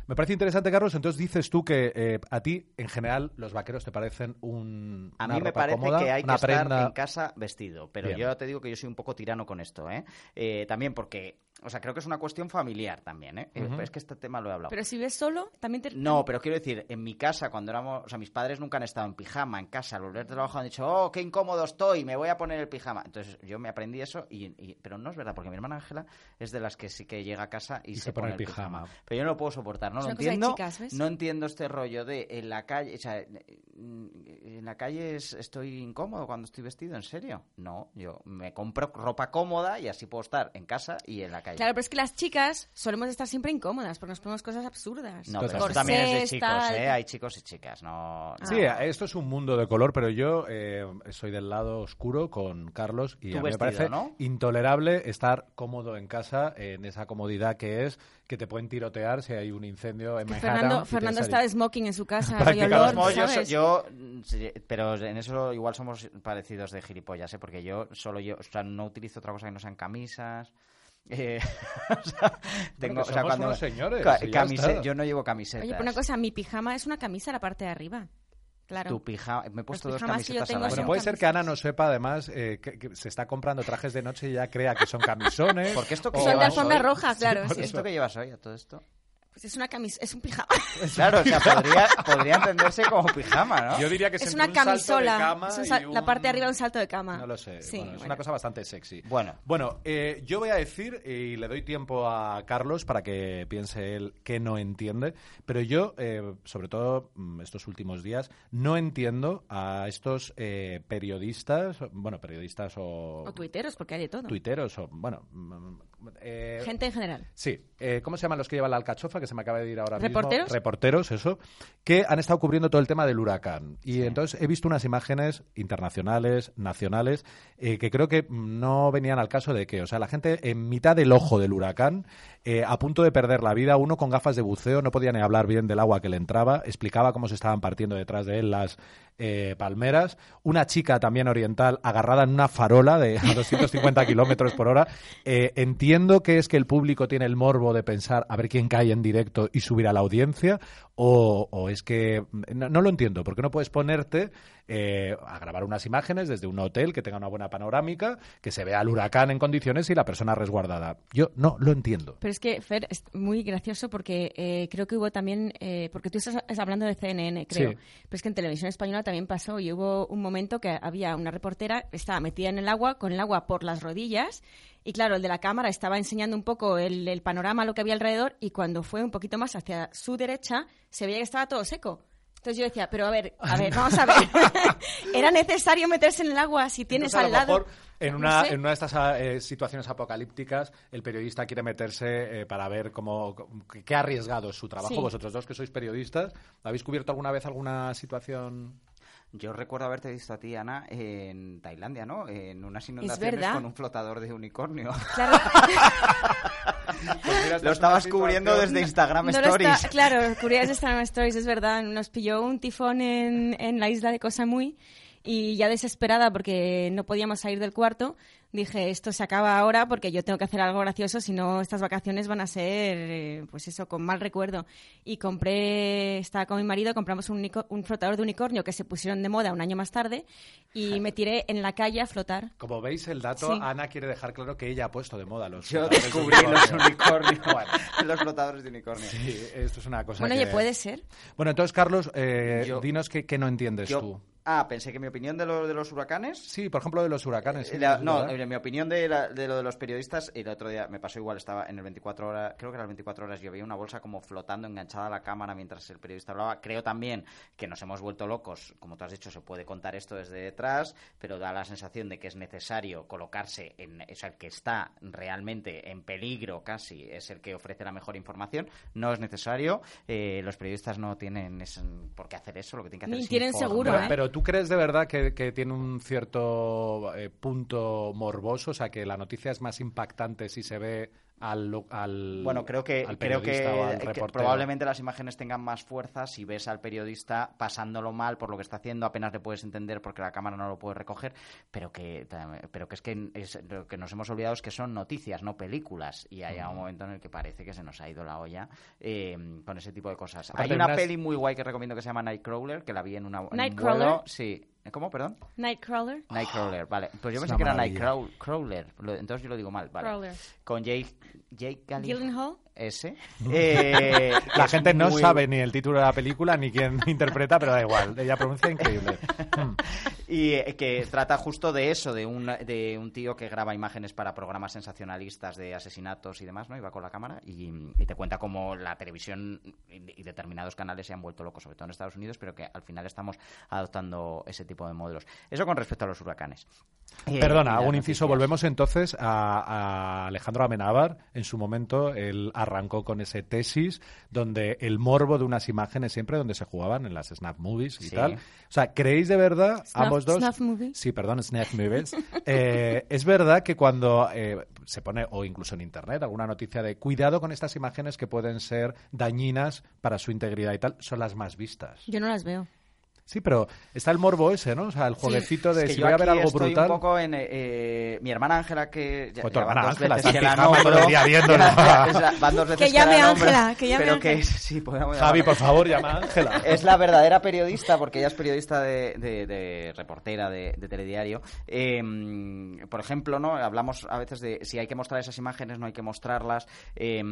A: me parece interesante, Carlos. Entonces dices tú que eh, a ti, en general, los vaqueros te parecen un.
D: A
A: una
D: mí me
A: ropa
D: parece
A: cómoda,
D: que hay que
A: una prenda-
D: estar en casa vestido, pero
A: Bien.
D: yo te digo que yo soy un poco tirano con esto, ¿eh? Eh, también porque, o sea, creo que es una cuestión familiar también, ¿eh? Eh, Es que este tema lo he hablado.
B: Pero si ves solo, también te...
D: No, pero quiero decir, en mi casa, cuando éramos. O sea, mis padres nunca han estado en pijama en casa. Al volver de trabajo han dicho, oh, qué incómodo estoy, me voy a poner el pijama. Entonces yo me aprendí eso, y, y- pero no es verdad, porque mi hermana Ángela es de las que sí que llega a casa y, se, pone, el pijama. Pero yo no lo puedo soportar, no
B: Es
D: lo
B: una cosa de
D: entiendo.
B: chicas, ¿ves?
D: No entiendo este rollo de en la calle. O sea, en la calle es- estoy incómodo cuando estoy vestido, ¿en serio? No, yo me compro ropa cómoda y así puedo estar en casa y en la calle.
B: Claro, pero es que las chicas solemos estar siempre incómodas porque nos ponemos cosas absurdas.
D: No, pero
A: Corsés,
D: eso también es de chicos,
B: tal.
D: ¿eh? Hay chicos y chicas, no... no.
A: Sí, esto es un mundo de color, pero yo eh, soy del lado oscuro con Carlos y
D: Tú
A: a mí me
D: vestido,
A: parece
D: ¿no?
A: intolerable estar cómodo en casa, en esa comodidad que es que te pueden tirotear si hay un incendio en
B: Que
A: Manhattan. y
B: Fernando,
A: tienes
B: Fernando
A: ahí-
B: está de smoking en su
A: <laughs>
B: casa,
A: Práctica
B: rollo
D: De
A: Claro,
D: todos
B: Lord,
A: Lord,
D: modos, yo, so-
B: ¿sabes?
D: yo, mm, sí, pero en eso igual somos parecidos de gilipollas, ¿eh? porque yo solo yo, o sea, no utilizo otra cosa que no sean camisas. <laughs> Eh, o sea, tengo,
A: que
D: o sea,
A: somos
D: cuando
A: unos señores,
D: ca-
A: y ya
D: camise-
A: está.
D: yo no llevo camisetas.
B: Oye, pero una cosa, mi pijama es una camisa la parte de arriba. Claro.
D: Tu pijama, me he puesto dos
B: pijamas que yo
D: camisetas al
B: tengo
D: año.
A: Bueno,
B: son
D: <laughs>
A: puede ser que
B: camisetas.
A: Ana no sepa, además, eh, que, que se está comprando trajes de noche y ya crea que son camisones.
D: Porque esto que
A: o-
B: Son de
D: llevas
B: alfombra
D: hoy-
B: roja, claro.
D: ¿Esto
B: sí.
D: que llevas hoy a todo
B: <laughs>
D: esto?
B: Pues es una camisa, es un pijama.
D: Claro, o sea, podría, podría entenderse como pijama, ¿no?
A: Yo diría
B: <laughs>
A: que
B: es
A: entre
B: una
A: un salto de
B: camisola.
A: cama
B: Es un
A: y
B: sal- La
A: un-
B: parte de arriba de un salto de cama.
A: No lo sé.
B: Sí,
A: bueno, Es
B: bueno.
A: una cosa bastante sexy.
D: Bueno.
A: Bueno, eh, yo voy a decir, y le doy tiempo a Carlos para que piense él que no entiende, pero yo, eh, sobre todo mm, estos últimos días, no entiendo a estos eh, periodistas, bueno, periodistas o,
B: O tuiteros, porque hay de todo.
A: tuiteros o, bueno, mm, eh,
B: Gente en general.
A: Sí, eh, ¿cómo se llaman los que llevan la alcachofa? Que se me acaba de ir ahora
B: ¿Reporteros?
A: mismo. Reporteros, eso. Que han estado cubriendo todo el tema del huracán. Y entonces he visto unas imágenes internacionales, nacionales, eh, que creo que no venían al caso de que, o sea, la gente en mitad del ojo del huracán, eh, a punto de perder la vida, uno con gafas de buceo, no podía ni hablar bien del agua que le entraba, explicaba cómo se estaban partiendo detrás de él las eh, palmeras, una chica también oriental agarrada en una farola de a 250 kilómetros por hora. Eh, entiendo que es que el público tiene el morbo de pensar a ver quién cae en directo y subir a la audiencia, o, o es que no, no lo entiendo, porque no puedes ponerte eh, a grabar unas imágenes desde un hotel que tenga una buena panorámica, que se vea el huracán en condiciones y la persona resguardada. Yo no lo entiendo.
B: Pero es es que, Fer, es muy gracioso porque eh, creo que hubo también, eh, porque tú estás estás hablando de CNN, creo,
A: Sí.
B: pero es que en televisión española también pasó y hubo un momento que había una reportera, estaba metida en el agua, con el agua por las rodillas, y claro, el de la cámara estaba enseñando un poco el, el panorama, lo que había alrededor, y cuando fue un poquito más hacia su derecha, se veía que estaba todo seco. Entonces yo decía, pero a ver, a ver, vamos a
A: <laughs>
B: ver. <laughs> ¿Era necesario meterse en el agua si tienes al
A: Entonces, a lo
B: lado?
A: mejor, en,
B: No
A: una,
B: sé.
A: en una de estas ah, eh, situaciones apocalípticas, el periodista quiere meterse eh, para ver cómo, c- qué arriesgado es su trabajo.
B: Sí.
A: Vosotros dos que sois periodistas, ¿habéis cubierto alguna vez alguna situación?
D: Yo recuerdo haberte visto a ti, Ana, en Tailandia, ¿no? En unas inundaciones
B: verdad.
D: con un flotador de unicornio.
B: Claro.
A: Pues
D: <laughs> Lo estabas cubriendo desde Instagram
B: No lo
D: Stories.
B: está- claro, Curias Instagram Stories, es verdad. Nos pilló un tifón en, en la isla de Koh Samui y ya desesperada porque no podíamos salir del cuarto, dije, esto se acaba ahora porque yo tengo que hacer algo gracioso, si no estas vacaciones van a ser, eh, pues eso, con mal recuerdo. Y compré, estaba con mi marido, compramos un, unico- un flotador de unicornio que se pusieron de moda un año más tarde y me tiré en la calle a flotar.
A: Como veis el dato,
B: Sí.
A: Ana quiere dejar claro que ella ha puesto de moda los
D: Yo
A: flotadores de
D: descubrí los unicornios.
A: <laughs> Bueno,
D: los flotadores de unicornio.
A: sí, esto es una cosa
B: Bueno,
A: que-
B: oye, puede ser.
A: Bueno, entonces, Carlos, eh,
D: Yo-
A: dinos qué, qué no entiendes
D: Yo-
A: tú.
D: Ah, pensé que mi opinión de, lo- de los huracanes.
A: Sí, por ejemplo, de los huracanes. sí,
D: La-
A: es
D: no,
A: verdad.
D: eh, mi opinión de, la- de lo de los periodistas, el otro día me pasó igual, estaba en el 24 horas, creo que era el 24 horas, yo veía una bolsa como flotando, enganchada a la cámara mientras el periodista hablaba. Creo también que nos hemos vuelto locos, como tú has dicho, se puede contar esto desde detrás, pero da la sensación de que es necesario colocarse en, o sea, el que está realmente en peligro casi, es el que ofrece la mejor información, no es necesario, eh, los periodistas no tienen ese- por qué hacer eso, lo que tienen que hacer
B: Ni
D: es
B: tienen
D: informar.
B: seguro,
A: Pero,
B: ¿eh?
A: pero tú crees de verdad que, que tiene un cierto eh, punto morboso, o sea, que la noticia es más impactante si se ve al, lo- al-
D: Bueno, creo que,
A: al
D: creo que,
A: periodista o al
D: que
A: reportero.
D: probablemente las imágenes tengan más fuerza si ves al periodista pasándolo mal por lo que está haciendo, apenas le puedes entender porque la cámara no lo puede recoger, pero que, tam- pero que es que es- lo que nos hemos olvidado es que son noticias, no películas, y hay
A: Mm.
D: un momento en el que parece que se nos ha ido la olla eh, con ese tipo de cosas.
A: Aparte,
D: hay una
A: unas-
D: peli muy guay que recomiendo que se llama Nightcrawler, que la vi en una... en un
B: Nightcrawler.
D: vuelo. Sí. ¿Cómo, perdón?
B: Nightcrawler.
D: Nightcrawler, vale. Pues yo
A: Ah, es
D: pensé
A: una
D: que era
A: maravilla.
D: Nightcrawler, lo- entonces yo lo digo mal, vale.
B: Crawler.
D: Con Jake, Jake Gyllenhaal
B: Gyllenhaal.
D: ese. Eh,
A: Mm. <laughs> La
D: es
A: gente no
D: muy-
A: sabe ni el título de la película ni quién <laughs> interpreta, pero da igual. Ella pronuncia increíble. Mm.
D: Y eh, que trata justo de eso, de un, de un tío que graba imágenes para programas sensacionalistas de asesinatos y demás, ¿no? Y va con la cámara y, y te cuenta cómo la televisión y, y determinados canales se han vuelto locos, sobre todo en Estados Unidos, pero que al final estamos adoptando ese tipo de modelos. Eso con respecto a los huracanes. Eh, y
A: Perdona,
D: las
A: hago un inciso.
D: noticias.
A: Volvemos entonces a, a Alejandro Amenábar. En su momento, él arrancó con ese tesis donde el morbo de unas imágenes siempre donde se jugaban en las snap movies y
D: Sí.
A: tal. O sea, ¿creéis de verdad
B: Snuff-
A: ambos dos?
B: snuff movie.
A: Sí, perdón, snap movies. Eh, es verdad que cuando eh, se pone, o incluso en internet, alguna noticia de cuidado con estas imágenes que pueden ser dañinas para su integridad y tal, son las más vistas.
B: Yo no las veo.
A: Sí, pero está el morbo ese, ¿no? O sea, el jueguecito de
D: Es que
A: si
D: yo
A: voy a
D: aquí
A: ver algo
D: estoy
A: brutal.
D: Un poco en, eh, eh, mi hermana Ángela, que ya,
A: Pues tu
D: ya van
A: hermana
D: dos
A: Ángela,
D: veces
A: está
D: <laughs> que la
A: fijando
D: nombro.
A: todo el día viéndola.
D: Ya la- es la- van dos veces
B: Que llame
D: la nombro,
B: Ángela, que llame
D: Pero que
B: Ángela.
D: es, <laughs> sí, podemos
A: Javi,
D: llamarla.
A: por favor, llama a Ángela.
D: <laughs> Es la verdadera periodista, porque ella es periodista de, de- de reportera de, de telediario. Eh, por ejemplo, ¿no? Hablamos a veces de si hay que mostrar esas imágenes, no hay que mostrarlas. Eh,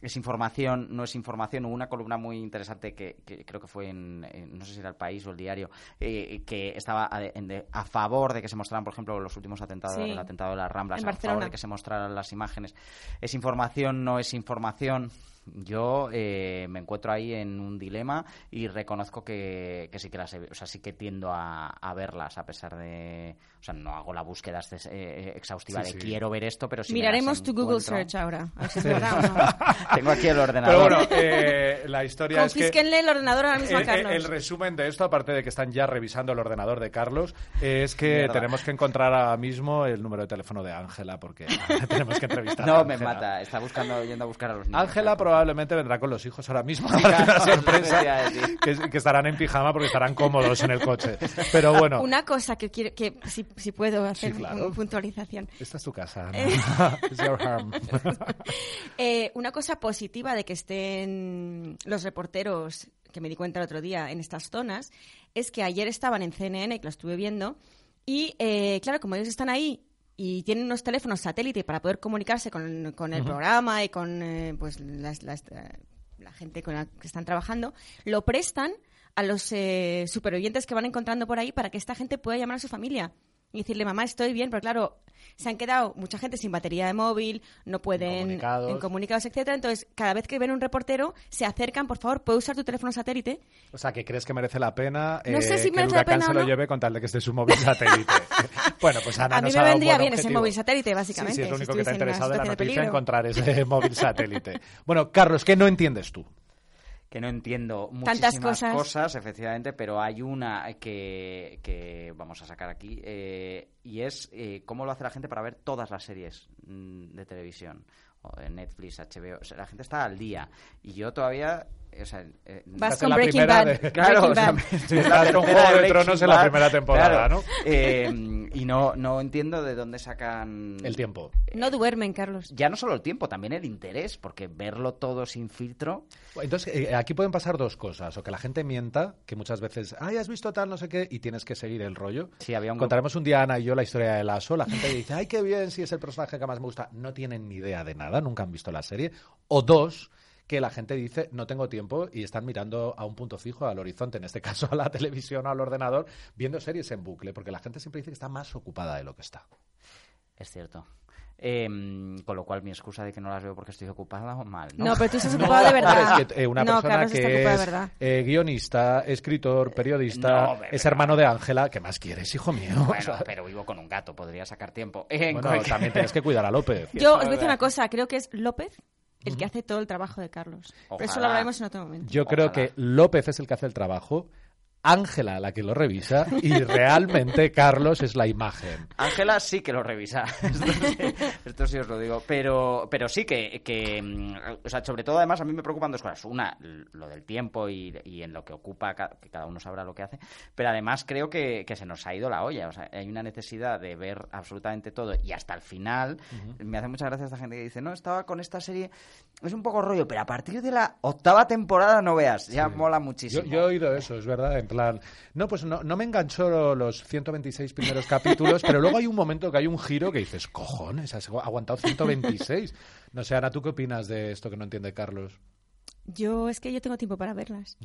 D: es información, no es información. Hubo una columna muy interesante que, que creo que fue en, en- no sé si era el país o el diario, eh, que estaba a, en de- a favor de que se mostraran, por ejemplo, los últimos atentados,
B: Sí.
D: el atentado de las Ramblas,
B: En
D: a favor
B: Barcelona.
D: de que se mostraran las imágenes. ¿Es información? ¿No es información? Yo eh, me encuentro ahí en un dilema y reconozco que, que sí que las he- o sea, sí que tiendo a, a verlas a pesar de, o sea, no hago la búsqueda exces- eh, exhaustiva
A: Sí,
D: de
A: sí.
D: quiero ver esto, pero sí me las
B: Miraremos tu Google
D: encuentro.
B: search ahora. A ver si es verdad o no.
A: <laughs>
D: Tengo aquí el
A: Pero
D: ordenador.
A: bueno, eh, la historia es que...
B: Confisquenle el ordenador ahora mismo a
A: El, el-
B: Carlos.
A: el resumen de esto, aparte de que están ya revisando el ordenador de Carlos, es que
D: Mierda.
A: tenemos que encontrar ahora mismo el número de teléfono de Ángela,
D: <laughs>
A: porque <laughs> tenemos que entrevistar a
D: no
A: eh,
D: me
A: Ángela.
D: mata, eh, está buscando yendo a buscar a los niños.
A: Ángela
D: Pero-
A: probablemente vendrá con los hijos ahora mismo <laughs> a
D: <laughs>
A: darte una
D: Claro,
A: sorpresa,
D: lo que decía,
A: que, que estarán en pijama porque estarán cómodos en el coche. Pero bueno,
B: Una cosa que quiero que si, si puedo hacer
A: Sí, claro.
B: una puntualización.
A: esta es tu casa. Ana. <laughs> It's your home.
B: Eh, una cosa positiva de que estén los reporteros, que me di cuenta el otro día, en estas zonas, es que ayer estaban en CNN, que lo estuve viendo, y eh, claro, como ellos están ahí y tienen unos teléfonos satélite para poder comunicarse con, con el programa y con eh, pues las- las, eh, la gente con la que están trabajando, lo prestan a los eh, supervivientes que van encontrando por ahí para que esta gente pueda llamar a su familia y decirle, mamá, estoy bien, pero claro, se han quedado mucha gente sin batería de móvil, no pueden
E: Incomunicados.
B: incomunicados, etcétera. Entonces, cada vez que ven un reportero, se acercan, por favor, puede usar tu teléfono satélite
A: O sea, que crees que merece la pena
B: No sé
A: eh,
B: si
A: que el
B: merece la
A: huracán
B: pena
A: se
B: o
A: lo
B: no.
A: lleve con tal de que esté su móvil
B: <laughs>
A: satélite. bueno, pues Ana
B: A mí
A: nos
B: me
A: ha dado un
B: vendría
A: buen
B: bien ese
A: objetivo.
B: móvil satélite, básicamente,
A: Sí, sí, es lo
B: si
A: único que te ha
B: estuviese en una
A: interesado de la
B: situación de
A: noticia,
B: peligro.
A: encontrar ese <laughs> móvil satélite. Bueno, Carlos, ¿qué no entiendes tú?
D: que no entiendo muchísimas
B: Tantas
D: cosas.
B: cosas.
D: efectivamente, pero hay una que, que vamos a sacar aquí eh, y es eh, cómo lo hace la gente para ver todas las series mm, de televisión, o de Netflix, HBO. O sea, la gente está al día y yo todavía... o sea, eh,
B: Vas
A: Hace
B: con
A: la
B: Breaking
A: primera
B: Bad.
A: <laughs> de-
D: Claro,
B: Breaking
D: <laughs> o sea,
B: Bad.
D: me-
A: Sí,
D: la
A: estás con
D: tercera
A: Juego de
D: Breaking
A: Tronos en la
D: Bad,
A: primera temporada, ¿no?
D: Eh, y no, no entiendo de dónde sacan
B: Mm.
A: El tiempo.
B: No duermen, Carlos.
D: Ya no solo el tiempo, también el interés, porque verlo todo sin filtro.
A: Entonces, eh, aquí pueden pasar dos cosas. O que la gente mienta, que muchas veces, ay, has visto tal, no sé qué, y tienes que seguir el rollo.
D: Sí, había un grupo-
A: Contaremos un día, Ana y yo, la historia de Lasso. La gente dice, ay, qué bien, si es el personaje que más me gusta. No tienen ni idea de nada, nunca han visto la serie. O dos, que la gente dice, no tengo tiempo y están mirando a un punto fijo, al horizonte, en este caso a la televisión o al ordenador, viendo series en bucle, porque la gente siempre dice que está más ocupada de lo que está.
D: Es cierto. Em, con lo cual, mi excusa de que no las veo porque estoy ocupada, mal, ¿no?
B: No, pero tú estás ocupado de verdad.
A: Es que, eh, una
B: no,
A: persona
B: Carlos está
A: que
B: ocupado
A: es
B: de verdad. Eh,
A: eh, guionista, escritor, periodista,
D: no, pero-
A: es hermano de Ángela. ¿Qué más quieres, hijo mío? O
D: Bueno,
A: sea,
D: pero vivo con un gato, podría sacar tiempo. Eh, en
A: bueno,
D: cualquier-
A: también tienes que cuidar a López.
B: Yo os voy a decir una cosa, creo que es López el que hace todo el trabajo de Carlos. Pero eso lo
D: Ojalá.
B: hablaremos en otro momento.
A: Yo creo
D: Ojalá.
A: que López es el que hace el trabajo, Ángela la que lo revisa y realmente Carlos es la imagen.
D: Ángela sí que lo revisa. <laughs> Esto sí, esto sí os lo digo. Pero, pero sí que, que, mm, O sea, sobre todo, además, a mí me preocupan dos cosas. Una, lo del tiempo y, y en lo que ocupa, ca- que cada uno sabrá lo que hace. Pero además, creo que, que se nos ha ido la olla. O sea, hay una necesidad de ver absolutamente todo y hasta el final. Me hace mucha gracia esta gente que dice: No, estaba con esta serie. Es un poco rollo, pero a partir de la octava temporada no veas. Ya mola
A: Yo,
D: muchísimo.
A: yo he oído eso, es verdad, en plan... No, pues no, no me enganchó los 126 primeros capítulos, pero luego hay un momento que hay un giro que dices, cojones, has aguantado 126. No sé, Ana, ¿tú qué opinas de esto que no entiende Carlos?
B: Yo es que yo tengo tiempo para verlas.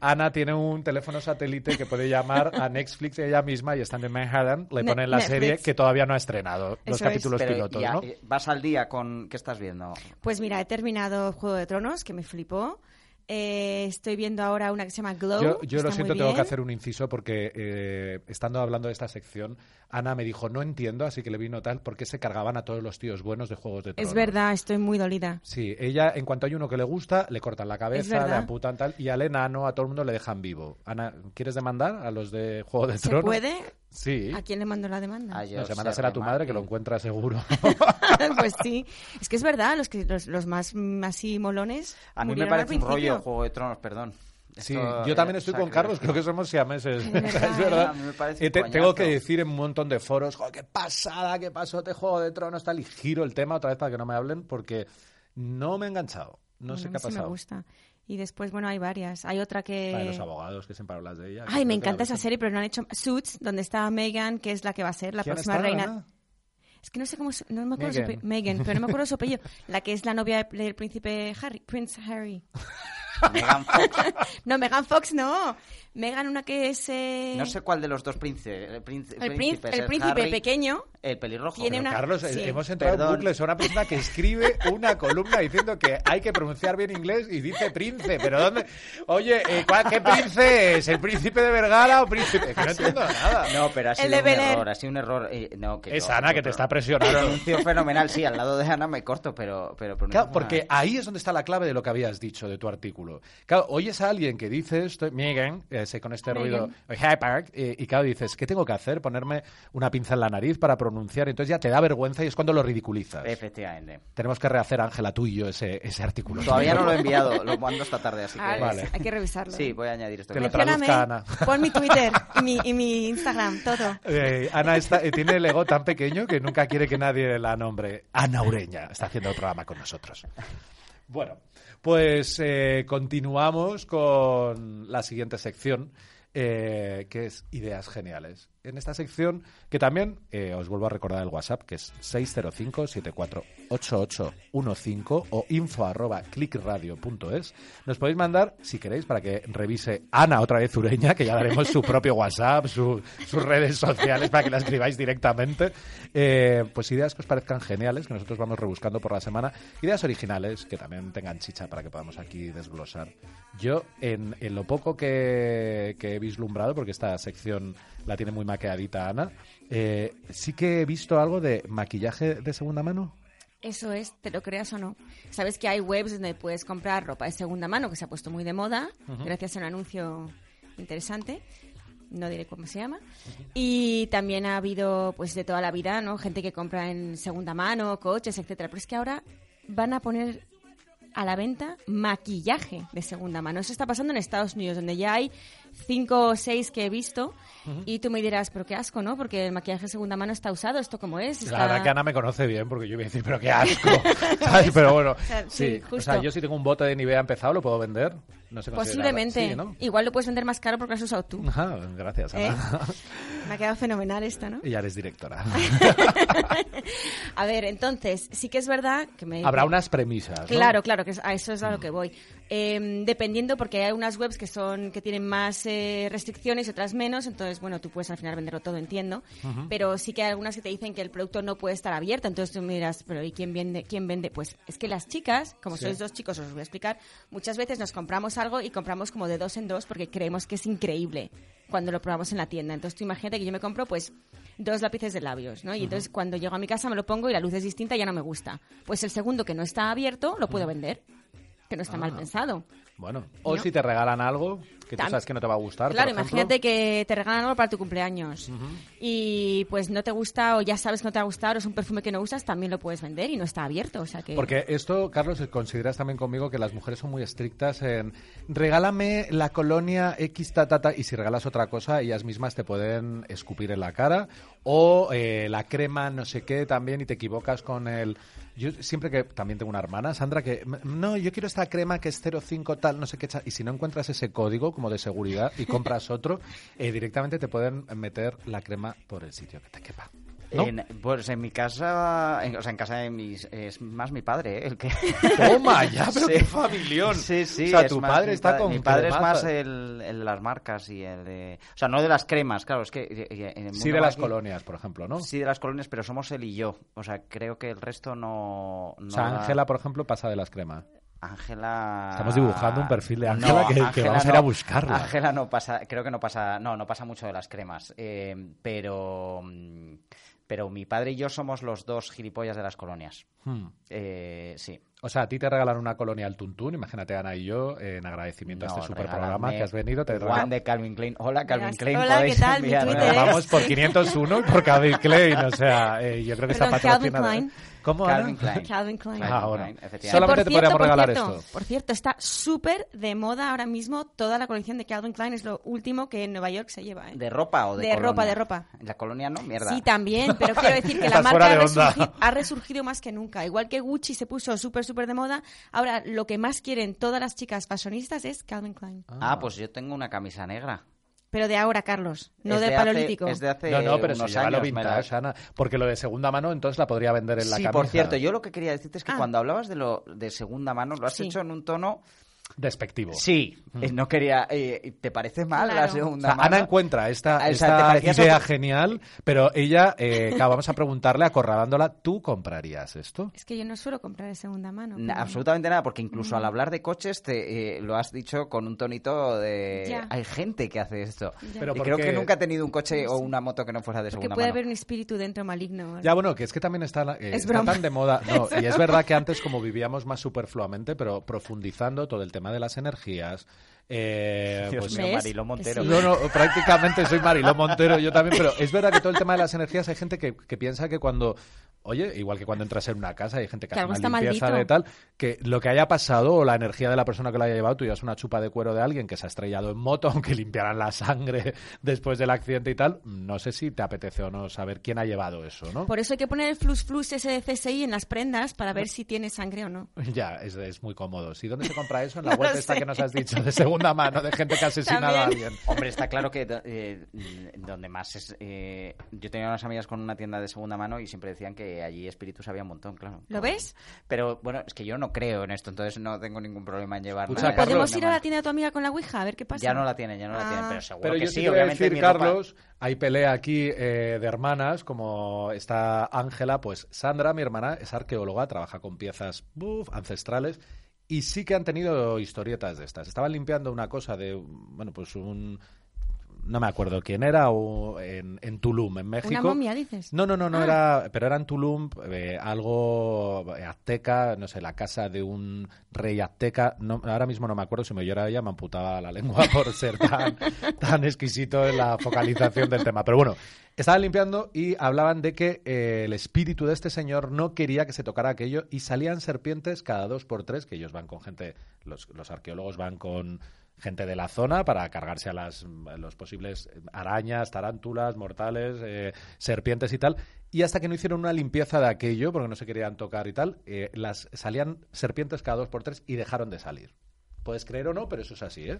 A: Ana tiene un teléfono satélite que puede llamar a Netflix ella misma y están en Manhattan, le
B: Ne-
A: ponen la
B: Netflix.
A: serie que todavía no ha estrenado, los
B: Eso es.
A: capítulos
D: Pero
A: pilotos,
D: ya,
A: ¿no?
D: eh, vas al día con. ¿Qué estás viendo?
B: Pues mira, he terminado Juego de Tronos, que me flipó. Eh, estoy viendo ahora una que se llama Glow.
A: Yo,
B: que
A: yo
B: está
A: lo
B: muy
A: siento, tengo que
B: bien.
A: hacer un inciso porque eh, estando hablando de esta sección, Ana me dijo, no entiendo, así que le vino tal, porque se cargaban a todos los tíos buenos de Juegos de Tronos.
B: Es verdad, estoy muy dolida.
A: Sí, ella, en cuanto hay uno que le gusta, le cortan la cabeza, le
B: verdad.
A: amputan tal, y al enano a todo el mundo le dejan vivo. Ana, ¿quieres demandar a los de Juego de
B: ¿Se
A: Tronos?
B: puede?
A: Sí.
B: ¿A quién le mando la demanda? <laughs>
D: Ay,
A: No,
D: Ah, yo
A: se
D: sé,
A: mandasela a tu madre que lo
D: Martín.
A: encuentra seguro.
B: pues sí. Es que es verdad, los, que, los, los más mm, así molones.
D: A mí me
B: murieron al
D: parece un rollo
B: principio.
D: Juego de Tronos, perdón.
A: Sí,
D: Esto,
A: yo también
D: eh,
A: estoy
D: o sea,
A: con Carlos, creo que somos
B: <laughs>
A: siameses.
B: verdad,
D: <laughs>
A: es
B: ¿eh?
A: verdad.
D: A mí me parece
A: Eh, te-
D: un
A: tengo
D: coñazo.
A: que decir en un montón de foros, "Jo, qué pasada, qué pasó, te juego de tronos, tal, y giro el tema otra vez para que no me hablen, porque no me he enganchado. No
B: Bueno,
A: sé
B: a
A: qué
B: mí Mm,
A: ha
B: sí me
A: pasado.
B: gusta. Y después, bueno, hay varias. Hay otra que...
A: La de los abogados, que siempre hablas de ella. que
B: Ay,
A: creo
B: me
A: que la
B: encanta esa
A: viste.
B: serie, pero no han hecho Suits, donde está Megan, que es la que va a ser la
A: ¿Quién
B: próxima
A: está,
B: reina.
A: Ana?
B: Es que no sé cómo, se- no me acuerdo su
A: Meghan.
B: apellido. Megan, pero no me acuerdo su apellido. La que es la novia de- del príncipe Harry, Prince Harry. <laughs>
D: Megan Fox.
B: No, Megan Fox no. Megan, una que es eh,
D: No sé cuál de los dos príncipes. El, príncipe,
B: el, prín- el príncipe pequeño.
D: El pelirrojo.
B: Tiene
A: Pero,
B: una-
A: Carlos, eh,
B: sí.
A: hemos entrado
D: Perdón.
A: en bucles a una persona que escribe una columna diciendo que hay que pronunciar bien inglés y dice prince, pero ¿dónde? Oye, eh, ¿cuál- ¿qué prince es? ¿El príncipe de Vergara o príncipe? Que no entiendo nada.
D: No, pero ha
B: El
D: sido
B: de
D: un
B: Bel Air.
D: error, ha sido un error. eh, no, que
A: Es
D: yo-
A: Ana que te
D: pero-
A: está
D: <laughs>
A: presionando.
D: Pronuncio fenomenal, sí, al lado de Ana me corto, pero... pero
A: Claro,
D: pronuncio-
A: porque ahí es donde está la clave de lo que habías dicho de tu artículo. Claro, oyes a alguien que dice esto, Megan, eh, sé, con este ruido, "Hey, Park", eh, y claro, dices, ¿qué tengo que hacer? Ponerme una pinza en la nariz para pronunciar. Entonces ya te da vergüenza y es cuando lo ridiculizas.
D: Efectivamente.
A: Tenemos que rehacer, Ángela, tú y yo ese, ese artículo.
D: Todavía <laughs> no lo he enviado, lo mando esta tarde, así
B: Ah,
D: que...
A: Vale.
B: Hay que revisarlo.
D: Sí, voy a añadir esto.
A: Te lo
D: que-
A: tra-
B: Mencióname,
A: traduzca Ana.
B: pon mi Twitter y mi, y mi Instagram, todo.
A: Eh, Ana está- eh, tiene el ego tan pequeño que nunca quiere que nadie la nombre. Ana Ureña está haciendo el programa con nosotros. Bueno, pues eh, continuamos con la siguiente sección, eh, que es Ideas Geniales. en esta sección, que también eh, os vuelvo a recordar el WhatsApp, que es 605-748815 o info arroba clickradio.es. Nos podéis mandar, si queréis, para que revise Ana otra vez Ureña, que ya daremos su propio WhatsApp, su- sus redes sociales, para que la escribáis directamente. Eh, pues ideas que os parezcan geniales, que nosotros vamos rebuscando por la semana. Ideas originales, que también tengan chicha para que podamos aquí desglosar. Yo, en, en lo poco que, que he vislumbrado, porque esta sección la tiene muy maqueadita Ana, eh, sí que he visto algo de maquillaje de segunda mano.
B: Eso es, te lo creas o no. Sabes que hay webs donde puedes comprar ropa de segunda mano que se ha puesto muy de moda, gracias a un anuncio interesante. No diré cómo se llama. Y también ha habido, pues, de toda la vida, ¿no? Gente que compra en segunda mano, coches, etcétera. Pero es que ahora van a poner a la venta maquillaje de segunda mano. Eso está pasando en Estados Unidos, donde ya hay cinco o seis que he visto. Y tú me dirás, pero qué asco, ¿no? Porque el maquillaje de segunda mano está usado, ¿esto cómo es?
A: La
B: Está-
A: verdad que Ana me conoce bien, porque yo iba a decir, pero
B: <laughs>
A: qué asco. ¿Sabes? Pero bueno,
B: sea, sí,
A: sí. O sea,
B: justo.
A: yo si tengo un bote de Nivea empezado, ¿lo puedo vender? No sé
B: Posiblemente.
A: Sí, ¿no? Mm.
B: Igual lo puedes vender más caro porque lo has usado tú.
A: Ajá, gracias,
B: ¿eh? Ah,
A: Ana. <laughs>
B: Me ha quedado fenomenal esta, ¿no?
A: Ella eres directora.
B: <laughs> A ver, entonces, sí que es verdad que me...
A: Habrá unas premisas. ¿no?
B: Claro, claro, que es- a eso es a lo que voy. Eh, dependiendo, porque hay unas webs que son que tienen más eh, restricciones y otras menos, entonces, bueno, tú puedes al final venderlo todo, entiendo. Pero sí que hay algunas que te dicen que el producto no puede estar abierto, entonces tú miras, pero ¿y quién vende? ¿Quién vende? Pues es que las chicas, como sois dos chicos, os voy a explicar, muchas veces nos compramos algo y compramos como de dos en dos porque creemos que es increíble cuando lo probamos en la tienda. Entonces tú imagínate que yo me compro pues dos lápices de labios, ¿no? Y entonces cuando llego a mi casa me lo pongo y la luz es distinta y ya no me gusta. Pues el segundo que no está abierto lo puedo vender, que no está
A: Ah,
B: mal pensado.
A: Bueno, o
B: ¿No?
A: si te regalan algo que tú
B: Tam-
A: sabes que no te va a gustar.
B: Claro,
A: por ejemplo.
B: imagínate que te regalan algo para tu cumpleaños y pues no te gusta o ya sabes que no te va a gustar o es un perfume que no usas, también lo puedes vender y no está abierto, o sea que...
A: Porque esto, Carlos, consideras también conmigo que las mujeres son muy estrictas en regálame la colonia X ta ta ta y si regalas otra cosa ellas mismas te pueden escupir en la cara o eh, la crema no sé qué también y te equivocas con el yo siempre que también tengo una hermana, Sandra, que "M- no, yo quiero esta crema que es 05 tal, no sé qué cha-". y si no encuentras ese código como de seguridad y
D: <laughs>
A: compras otro, eh, directamente te pueden meter la crema por el sitio que te quepa. ¿no?
D: En- pues en mi casa, en- o sea, en casa de mis. Es más mi padre ¿eh? el que.
A: <laughs> Toma ya, pero qué
D: <laughs> Sí.
A: familión.
D: Sí, sí.
A: O sea,
D: es
A: tu
D: más
A: padre
D: mi
A: está
D: padre-
A: con
D: Mi padre es
A: cremazas.
D: más el, el de las marcas y el de. O sea, no de las cremas, claro, es que. eh, eh, en el
A: Sí,
D: mundo
A: de las
D: aquí-
A: colonias, por ejemplo, ¿no?
D: Sí, de las colonias, pero somos él y yo. O sea, creo que el resto no. no
A: o sea,
D: da-
A: Ángela, por ejemplo, pasa de las cremas.
D: Ángela.
A: Estamos dibujando un perfil de Ángela que- que vamos a ir a buscarla.
D: Ángela no pasa, creo que no pasa, no, no pasa mucho de las cremas, eh, pero, mm, pero mi padre y yo somos los dos gilipollas de las colonias.
A: Hmm.
D: Eh, sí.
A: O sea, a ti te regalaron una colonia al Tuntún, imagínate Ana y yo, eh, en agradecimiento a
D: No,
A: este super programa
D: regaladme
A: que has venido, te
D: Juan
A: regalamos.
D: de Calvin Klein. Hola, Calvin
B: Verás.
D: Klein.
B: Hola,
D: podéis
B: ¿qué tal? Mi
D: enviar-
B: Twitter
A: Nos
B: es-
A: vamos por 501 y por Calvin Klein, o sea, eh, yo creo que está
B: Perdón,
A: patrocinado.
B: Calvin Klein.
A: ¿eh? ¿Cómo, Ana? <laughs>
D: Calvin Klein.
B: Calvin Klein.
D: Calvin
A: Ah, bueno.
D: Klein, efectivamente.
A: Solo- Solamente
B: Que,
A: te podríamos regalar
B: cierto,
A: esto.
B: Por cierto, está súper de moda ahora mismo toda la colección de Calvin Klein. Es lo último que en Nueva York se lleva. ¿eh?
D: ¿De ropa o de,
B: De
D: colonia?
B: ropa, de ropa.
D: La colonia no, mierda.
B: Sí, también, pero quiero decir
A: <laughs>
B: que la
A: Estás fuera
B: marca ha
A: de onda.
B: resurgido, ha resurgido más que nunca. Igual que Gucci se puso súper, súper de moda, ahora lo que más quieren todas las chicas fashionistas es Calvin Klein.
D: Ah, pues yo tengo una camisa negra.
B: Pero de ahora, Carlos, no
D: Es
B: de,
D: hace-
B: Paleolítico.
D: es de hace
A: No, no, pero si
D: unos
A: lleva lo
D: años, me la-
A: vintage, Ana, porque lo de segunda mano entonces la podría vender en la
D: sí,
A: camisa.
D: por cierto, yo lo que quería decirte es que
B: Ah.
D: cuando hablabas de lo de segunda mano, lo has
B: Sí.
D: hecho en un tono.
A: Despectivo.
D: Sí, eh, no quería. eh, ¿Te parece mal la
B: Claro.
A: Mm. O
D: segunda
A: sea,
D: mano?
A: Ana encuentra esta,
D: Ah, o sea,
A: esta
D: ¿te parecía
A: idea
D: otro-
A: genial, pero ella, eh, claro, vamos a preguntarle, acorralándola, ¿tú comprarías esto?
B: Es que yo no suelo comprar de segunda mano.
D: Na-
B: pero-
D: absolutamente nada, porque incluso al hablar de coches te eh, lo has dicho con un tonito de
B: Ya.
D: hay gente que hace esto.
B: Ya.
A: Pero
D: y
A: ¿por
D: creo
A: qué?
D: que nunca he tenido un coche o una moto que no fuera de
B: Porque
D: segunda
B: puede
D: mano.
B: haber un espíritu dentro maligno.
A: Ya, bueno, que es que también está, la- eh,
B: Es
A: está
B: broma.
A: tan de moda. No, y es verdad que antes, como vivíamos más superfluamente, pero profundizando todo el tema de las energías. eh,
D: Dios
A: pues
D: mío,
B: ¿Ves?
D: Mariló Montero.
B: Sí.
A: No, no, prácticamente soy Mariló Montero, yo también, pero es verdad que todo el tema de las energías hay gente que, que piensa que cuando Oye, igual que cuando entras en una casa y hay gente que,
B: Que
A: hace
B: algo
A: una
B: está
A: limpieza
B: maldito.
A: de tal, que lo que haya pasado o la energía de la persona que lo haya llevado, tú llevas una chupa de cuero de alguien que se ha estrellado en moto, <laughs> aunque limpiaran la sangre después del accidente y tal, no sé si te apetece o no saber quién ha llevado eso, ¿no?
B: Por eso hay que poner el flus flus ese de CSI en las prendas para ver si tiene sangre o no.
A: Ya, es, es muy cómodo. ¿Sí? ¿Dónde se compra
B: <laughs>
A: eso? En la
B: No
A: web
B: lo
A: esta
B: sé.
A: que nos has dicho, de segunda mano, de gente
B: <laughs>
A: que ha asesinado a
B: También.
A: alguien.
D: Hombre, está claro que do- eh, mm, donde más es... eh, yo tenía unas amigas con una tienda de segunda mano y siempre decían que allí espíritus había un montón, claro.
B: ¿Lo ves?
D: Pero bueno, es que yo no creo en esto, entonces no tengo ningún problema en llevar
A: Escucha,
D: nada de
A: Carlos,
B: ¿Podemos
D: segunda
B: ir a la
D: mano.
B: tienda de tu amiga con la Ouija a ver qué pasa?
D: Ya no la tienen, ya no la
B: Ah.
D: tienen, pero seguro
A: Pero
D: que
A: yo
D: sí,
A: sí, te voy a
D: obviamente
A: decir,
D: mi ropa-
A: Carlos, hay pelea aquí eh, de hermanas, como está Ángela, pues Sandra, mi hermana, es arqueóloga, trabaja con piezas buf, ancestrales. Y sí que han tenido historietas de estas. Estaban limpiando una cosa de, bueno, pues un... No me acuerdo quién era, o en, en Tulum, en México.
B: Una momia, dices.
A: No, no, no, no
B: Ah.
A: era, pero era en Tulum, eh, algo eh, azteca, no sé, la casa de un rey azteca. No, ahora mismo no me acuerdo si me lloraba ella, me amputaba la lengua <laughs> por ser tan, tan exquisito en la focalización del tema. Pero bueno, estaban limpiando y hablaban de que eh, el espíritu de este señor no quería que se tocara aquello y salían serpientes cada dos por tres, que ellos van con gente, los, los arqueólogos van con gente de la zona para cargarse a las a los posibles arañas, tarántulas, mortales, eh, serpientes y tal. Y hasta que no hicieron una limpieza de aquello, porque no se querían tocar y tal, eh, las salían serpientes cada dos por tres y dejaron de salir. Puedes creer o no, pero eso es así, ¿eh?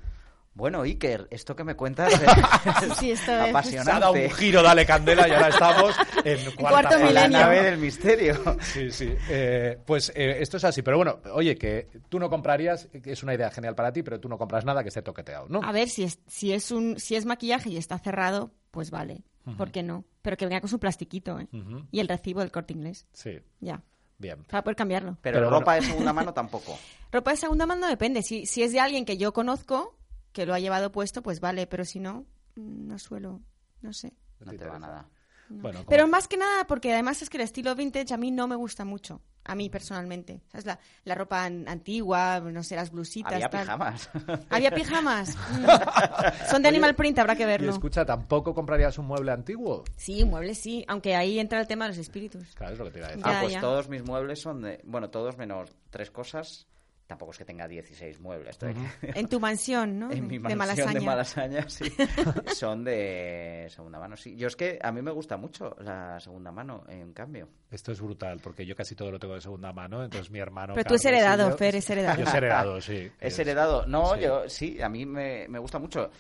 D: Bueno, Iker, esto que
A: <laughs>
D: me cuentas es
B: <laughs> sí, esto es-
A: Se ha dado un
D: apasionante.
A: giro, dale candela y ahora estamos en
B: <laughs>
A: cuarta
B: Cuarto
A: fase.
D: la
B: milenio.
D: nave
A: <laughs>
D: del misterio.
A: Sí, sí. Eh, pues eh, esto es así. Pero bueno, oye, que tú no comprarías, que es una idea genial para ti, pero tú no compras nada que esté toqueteado, ¿no?
B: A ver, si es, si, es un, si es maquillaje y está cerrado, pues vale. ¿Por qué no? Pero que venga con su plastiquito, ¿eh?
A: Ujú.
B: Y el recibo del corte inglés.
A: Sí,
B: Ya.
A: bien.
B: Para poder cambiarlo.
D: Pero,
A: Pero
D: ropa de segunda
A: <laughs>
D: mano tampoco.
B: Ropa de segunda mano depende. Si, si es de alguien que yo conozco, que lo ha llevado puesto, pues vale. Pero si no, mm, no suelo. No sé.
D: No te va nada.
A: Bueno, como-
B: Pero más que nada, porque además es que el estilo vintage a mí no me gusta mucho. A mí personalmente. ¿Sabes? La, la ropa an- antigua, no sé, las blusitas.
D: Había
B: tal. <laughs>
D: pijamas.
B: Había
A: <laughs>
B: pijamas. Mm. Son de Animal Print, habrá que
A: Y
B: verlo.
A: escucha, ¿tampoco comprarías un mueble antiguo?
B: Sí, muebles sí. Aunque ahí entra el tema de los espíritus.
A: Claro, es lo que te iba a decir.
D: Ah,
B: Ya,
D: pues
B: ya.
D: todos mis muebles son de... Bueno, todos menos tres cosas. Tampoco es que tenga 16 muebles. estoy-
B: En tu mansión, ¿no?
D: En mi
B: de
D: mansión
B: Malasaña.
D: de
B: <laughs>
D: Malasaña, sí. Son de segunda mano, sí. Yo es que a mí me gusta mucho la segunda mano, en cambio.
A: Esto es brutal, porque yo casi todo lo tengo de segunda mano, entonces mi hermano...
B: Pero tú es
A: Carlos y
B: heredado,
A: yo-
B: Fer, es heredado.
A: Yo es heredado, sí.
D: Es heredado. No,
A: sí.
D: yo sí, a mí me, me gusta mucho.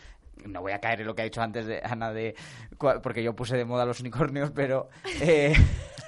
D: No voy a caer en lo que ha dicho antes de Ana de cua- porque yo puse de moda los unicornios, pero eh,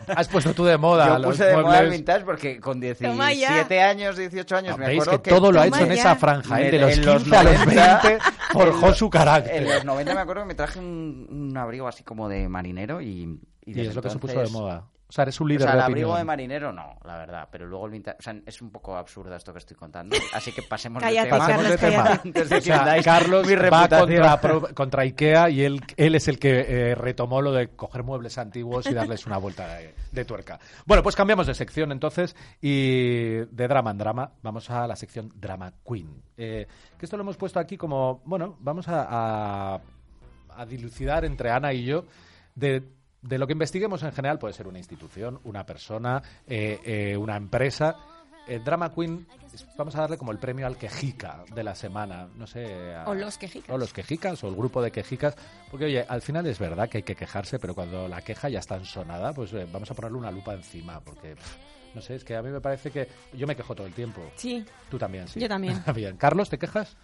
A: Has puesto tú de <laughs> moda
D: yo
A: los
D: puse de moda el
A: muebles.
D: vintage porque con 17
B: Toma ya.
D: años, 18 años,
A: No,
D: me
A: veis
D: acuerdo
A: que, todo lo ha
B: Toma
A: hecho en
B: ya.
A: esa franja, ¿eh? de
D: En
A: los 15
D: los
A: a los
D: 90,
A: 20 forjó su carácter.
D: en los 90 me acuerdo que me traje un, un abrigo así como de marinero y y
A: Y
D: desde
A: es lo que se puso de
D: entonces-
A: moda. O sea, eres un
D: O
A: líder
D: sea, el
A: de
D: abrigo
A: opinión.
D: de marinero no, la verdad, pero luego el vintage, o sea, es un poco absurdo esto que estoy contando, así que pasemos de
B: Cállate,
D: tema.
B: Carlos,
D: Pasemos de tema.
B: cállate.
D: Antes de
A: O
D: que
A: sea,
D: hundáis
A: Carlos
D: mi
A: va
D: reputación.
A: contra, pro- contra Ikea y él, él es el que eh, retomó lo de coger muebles antiguos y darles una vuelta de, de tuerca. Bueno, pues cambiamos de sección entonces y de drama en drama vamos a la sección Drama Queen. Eh, que esto lo hemos puesto aquí como, bueno, vamos a- a a dilucidar entre Ana y yo de, de lo que investiguemos en general. Puede ser una institución, una persona, eh, eh, una empresa. El Drama Queen, es- vamos a darle como el premio al quejica de la semana. No sé. a-
E: O los quejicas.
A: O los quejicas, o el grupo de quejicas. Porque, oye, al final es verdad que hay que quejarse, pero cuando la queja ya está sonada, pues eh, vamos a ponerle una lupa encima. Porque, pff, no sé, es que a mí me parece que. Yo me quejo todo el tiempo.
B: Sí.
A: Tú también, sí.
B: Yo también.
A: <laughs> Bien. Carlos, ¿te quejas?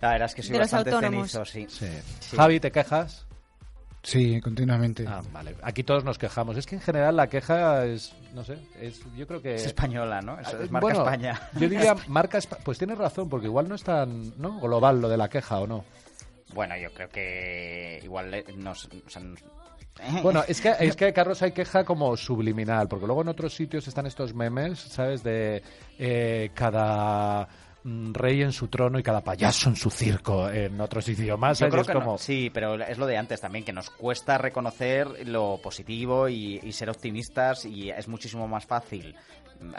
D: La verdad es que soy
B: De los
D: bastante
B: autónomos.
D: cenizo, sí. Sí.
A: Javi, ¿te quejas?
F: Sí, continuamente.
A: Ah, vale. Aquí todos nos quejamos. Es que en general la queja es, no sé, es, yo creo que...
D: Es española, ¿no? Eso
A: Ah,
D: es marca
A: bueno,
D: <laughs> España.
A: Yo diría marca España. Pues tienes razón, porque igual no es tan ¿no? global lo de la queja o no.
D: Bueno, yo creo que igual le- nos... o sea, nos-
A: Bueno, es que, es que Carlos hay queja como subliminal, porque luego en otros sitios están estos memes, ¿sabes? De eh, cada mm, rey en su trono y cada payaso en su circo en otros idiomas.
D: Yo
A: ¿sabes?
D: creo
A: Es
D: que no.
A: como-
D: Sí, pero es lo de antes también, que nos cuesta reconocer lo positivo y, y ser optimistas y es muchísimo más fácil.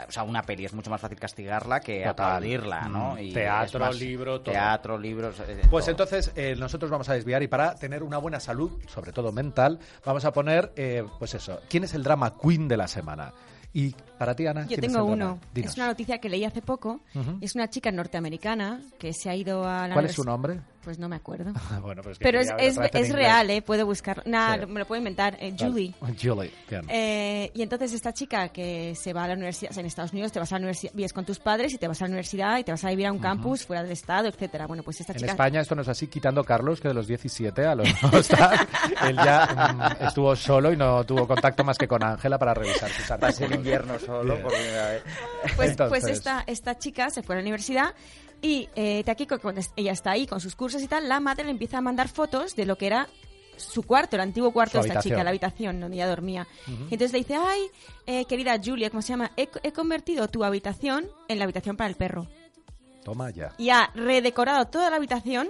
D: O sea, una peli es mucho más fácil castigarla que
A: Total.
D: aplaudirla, ¿no?
A: Mm,
D: Y
A: teatro,
D: es más-
A: libro, todo.
D: Teatro, libros. eh,
A: Pues
D: todo.
A: entonces eh, nosotros vamos a desviar y para tener una buena salud, sobre todo mental, vamos a poner, eh, pues eso, ¿quién es el drama queen de la semana? Y para ti, Ana,
B: Yo
A: ¿quién es
B: tengo
A: el drama?
B: uno.
A: Dinos.
B: Es una noticia que leí hace poco.
A: Ujú.
B: Es una chica norteamericana que se ha ido a la
A: ¿Cuál es su
B: univers-
A: nombre? <laughs>
B: Pues no me acuerdo.
A: bueno, pero es, que
B: Pero es,
A: quería
B: es,
A: otra vez en
B: es
A: inglés.
B: real, ¿eh? Puedo buscar. Nah,
A: Sí.
B: lo- me lo puedo inventar. Eh, Julie.
A: Vale. <laughs> Julie, bien.
B: Eh, y entonces esta chica que se va a la universidad, o sea, en Estados Unidos te vas a la universidad, vives con tus padres y te vas a la universidad y te vas a vivir a un campus fuera del estado, etcétera. Bueno, pues esta
A: En
B: chica
A: España esto no es así, quitando Carlos, que de los 17 a los <laughs> no tal, él ya mm, estuvo solo y no tuvo contacto más que con Ángela para revisar sus
D: Va a ser
A: artículos. <laughs>
D: invierno solo
A: Bien.
D: por primera vez.
B: pues,
A: Entonces.
B: pues esta, esta chica se fue a la universidad y eh, Takiko, cuando es- ella está ahí con sus cursos y tal, la madre le empieza a mandar fotos de lo que era su cuarto, el antiguo cuarto
A: Su
B: de esta
A: habitación.
B: chica, la habitación donde ella dormía. Y entonces le dice, ay, eh, querida Julia, ¿cómo se llama? He, he convertido tu habitación en la habitación para el perro.
A: Toma ya.
B: Y ha redecorado toda la habitación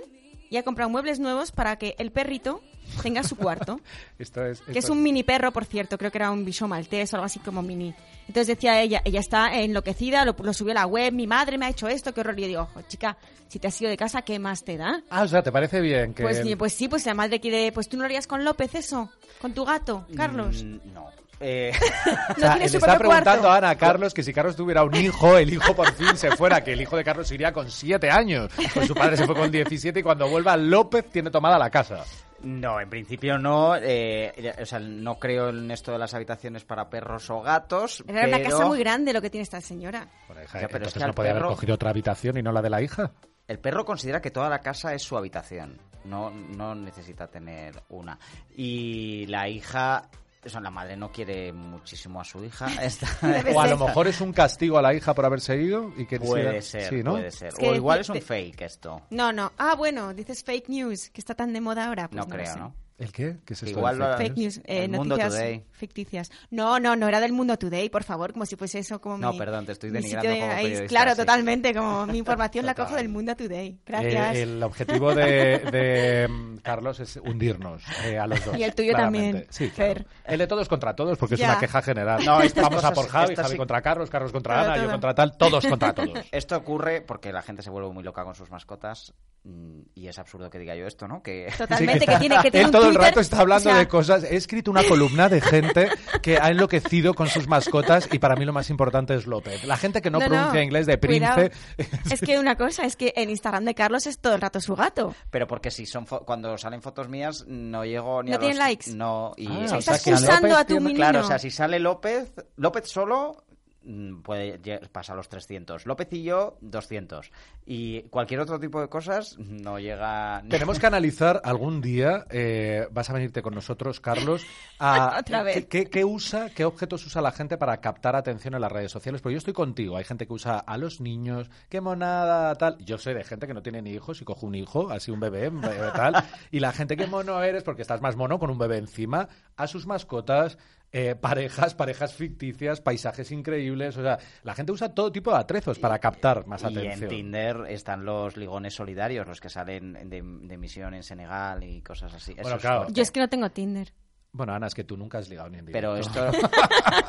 B: y ha comprado muebles nuevos para que el perrito tenga su
D: <laughs>
B: cuarto.
A: Esto es,
B: que es un mini perro, por cierto, creo que era un bichón maltés o algo así como mini. Entonces decía ella, ella está enloquecida, lo, lo subió a la web, mi madre me ha hecho esto, qué horror. Y yo digo, ojo, chica, si te has ido de casa, ¿qué más te da?
A: Ah, o sea, ¿te parece bien que...
B: Pues, sí, pues sí, pues la madre quiere, pues tú no lo harías con López eso, con tu gato, <laughs> Carlos.
D: Mm, No. Eh, <laughs>
B: No
A: O sea,
B: tiene
A: le
B: su
A: está
B: propio cuarto.
A: preguntando Ana a Carlos que si Carlos tuviera un hijo, el hijo por fin se fuera, que el hijo de Carlos se iría con 7 años. Pues su padre se fue con 17 y cuando vuelva López tiene tomada la casa.
D: No, en principio no. eh, ya- o sea, no creo en esto de las habitaciones para perros o gatos.
B: Era una
D: pero-
B: casa muy grande lo que tiene esta señora.
A: Bueno, hija,
D: Ya, pero
A: entonces
D: es que al
A: no podía
D: perro-
A: haber cogido otra habitación y no la de la hija.
D: El perro considera que toda la casa es su habitación. No, no necesita tener una. Y la hija. O sea, la madre no quiere muchísimo a
B: <laughs>
D: su hija. Está-
B: Debe
A: O a
B: ser.
A: lo mejor es un castigo a la hija por haberse ido y que
D: Puede
A: sí,
D: ser,
A: sí, ¿no?
D: puede ser.
B: Es que
D: o igual es
B: te-
D: un
B: te-
D: fake esto.
B: No, no. Ah, bueno, dices fake news, que está tan de moda ahora. Pues
D: No,
B: lo
D: creo,
B: sé.
D: ¿no?
A: ¿El qué? ¿Qué es esto
D: Igual
A: del
D: lo-
A: fake
B: Fake news, eh,
D: El Mundo
B: noticias
D: Today.
B: ficticias. No, no, no era del Mundo Today, por favor, como si fuese eso como
D: No,
B: mi-
D: perdón, te estoy
B: mi
D: denigrando
B: sitio de-
D: como
B: ahí,
D: periodista,
B: Claro,
D: sí.
B: totalmente, como mi información la
D: Total.
B: cojo del Mundo Today. Gracias.
A: Eh, el objetivo de, de, mm, Carlos es hundirnos eh, a los dos.
B: Y el tuyo
A: claramente.
B: también,
A: Sí,
B: Fer.
A: claro. El de todos contra todos, porque es
B: Ya.
A: una queja general.
D: No, estas
A: Vamos a
D: cosas-
A: por Javi,
D: estas
A: Javi
D: sí-
A: contra Carlos, Carlos contra
B: Claro,
A: Ana, yo
B: todo.
A: contra tal, todos contra
B: <laughs>
A: todos.
D: Esto ocurre porque la gente se vuelve muy loca con sus mascotas. mm, Y es absurdo que diga yo esto, ¿no? Que
B: Totalmente,
A: Sí,
B: que, tiene que tiene
A: Él
B: un
A: todo el
B: Twitter,
A: rato está hablando
B: o sea,
A: de cosas. He escrito una columna de gente que ha enloquecido con sus mascotas y para mí lo más importante es López. La gente que no,
B: No, no,
A: pronuncia inglés de
B: cuidado.
A: príncipe. <laughs>
B: Es que una cosa, es que el Instagram de Carlos es todo el rato su gato.
D: Pero porque si son fo- cuando salen fotos mías no llego ni
B: No
D: a los-
B: tienen likes.
D: No, y
A: Ah,
D: eso
A: o sea,
B: estás
A: que a
B: usando
A: López
B: a tu
A: tiene-
B: menino.
D: Claro, o sea, si sale López, López solo mm, puede lle- pasa a los 300. López y yo 200. Y cualquier otro tipo de cosas no llega
A: Tenemos
D: <laughs>
A: que analizar algún día, eh, vas a venirte con nosotros, Carlos, a
B: <laughs> Otra
A: qué-
B: vez.
A: Qué, qué usa, qué objetos usa la gente para captar atención en las redes sociales. Porque yo estoy contigo, hay gente que usa a los niños, qué monada, tal. Yo sé de gente que no tiene ni hijos y cojo un hijo, así un bebé, un bebé, tal. Y la gente, qué mono eres porque estás más mono con un bebé encima, a sus mascotas. eh, parejas, parejas ficticias, paisajes increíbles, o sea, la gente usa todo tipo de atrezos para captar más
D: y en
A: atención.
D: Tinder están los ligones solidarios, los que salen de, de misión en Senegal y cosas así. Eso
A: Bueno,
D: es
A: claro.
D: fuerte.
B: Yo es que no tengo Tinder.
A: Bueno, Ana, es que tú nunca has ligado ni en <laughs>
D: Pero
A: directo.
D: esto,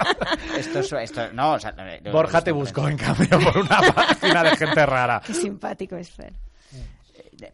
D: <laughs> esto, es- esto- no, o sea, no,
A: Borja
D: esto-
A: te buscó en cambio por una
B: <laughs>
A: página de gente rara.
B: Qué simpático es Fer.
A: Mm.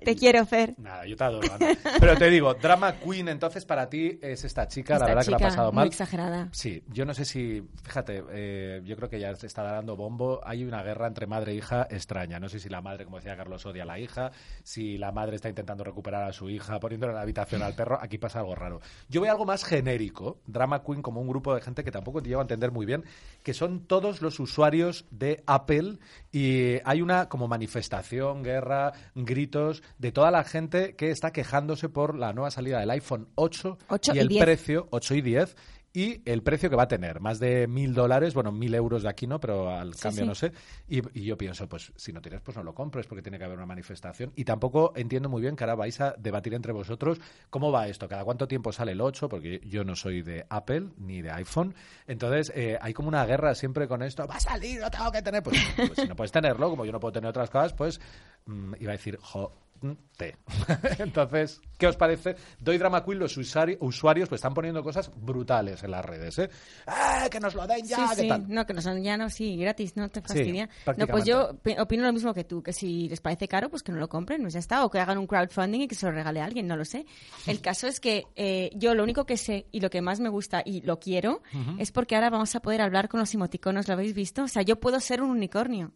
B: Te quiero, Fer.
A: Nada, yo te adoro,
B: <laughs>
A: Ana. Pero te digo, drama queen entonces para ti es esta chica,
B: Esta
A: la verdad que la
B: chica,
A: ha pasado
B: muy
A: mal.
B: exagerada.
A: Sí, yo no sé si, fíjate, eh, yo creo que ya se está dando bombo. Hay una guerra entre madre e hija extraña. No sé si la madre, como decía Carlos, odia a la hija, si la madre está intentando recuperar a su hija poniéndole en la habitación al perro. Aquí pasa algo raro. Yo veo algo más genérico, Drama Queen, como un grupo de gente que tampoco te llevo a entender muy bien, que son todos los usuarios de Apple y hay una como manifestación, guerra, gritos de toda la gente que está quejándose por la nueva salida del iPhone 8
B: Ocho
A: y
B: y
A: el
B: diez.
A: precio 8 y 10 y el precio que va a tener, más de mil dólares, bueno, mil euros de aquí no, pero al
B: Sí,
A: cambio
B: sí.
A: no sé. Y, y yo pienso, pues si no tienes, pues no lo compres porque tiene que haber una manifestación. Y tampoco entiendo muy bien que ahora vais a debatir entre vosotros cómo va esto, cada cuánto tiempo sale el 8, porque yo no soy de Apple ni de iPhone. Entonces eh, hay como una guerra siempre con esto, va a salir, lo tengo que tener. Pues, pues, si no puedes tenerlo, como yo no puedo tener otras cosas, pues mm, iba a decir, jo. mm, Te. <laughs> Entonces, ¿qué os parece? Doy Drama Queen, los usari- usuarios pues están poniendo cosas brutales en las redes, ¿eh? ¡Ah, que nos lo den ya!
B: sí,
A: ¿qué
B: sí.
A: tal?
B: No, que no son ya no, sí, gratis, no te fastidia. no, pues
A: prácticamente.
B: yo pi- opino lo mismo que tú, que si les parece caro, pues que no lo compren, pues ya está, o que hagan un crowdfunding y que se lo regale a alguien, no lo sé. El caso es que eh, yo lo único que sé y lo que más me gusta y lo quiero es porque ahora vamos a poder hablar con los emoticonos, ¿lo habéis visto? O sea, yo puedo ser un unicornio.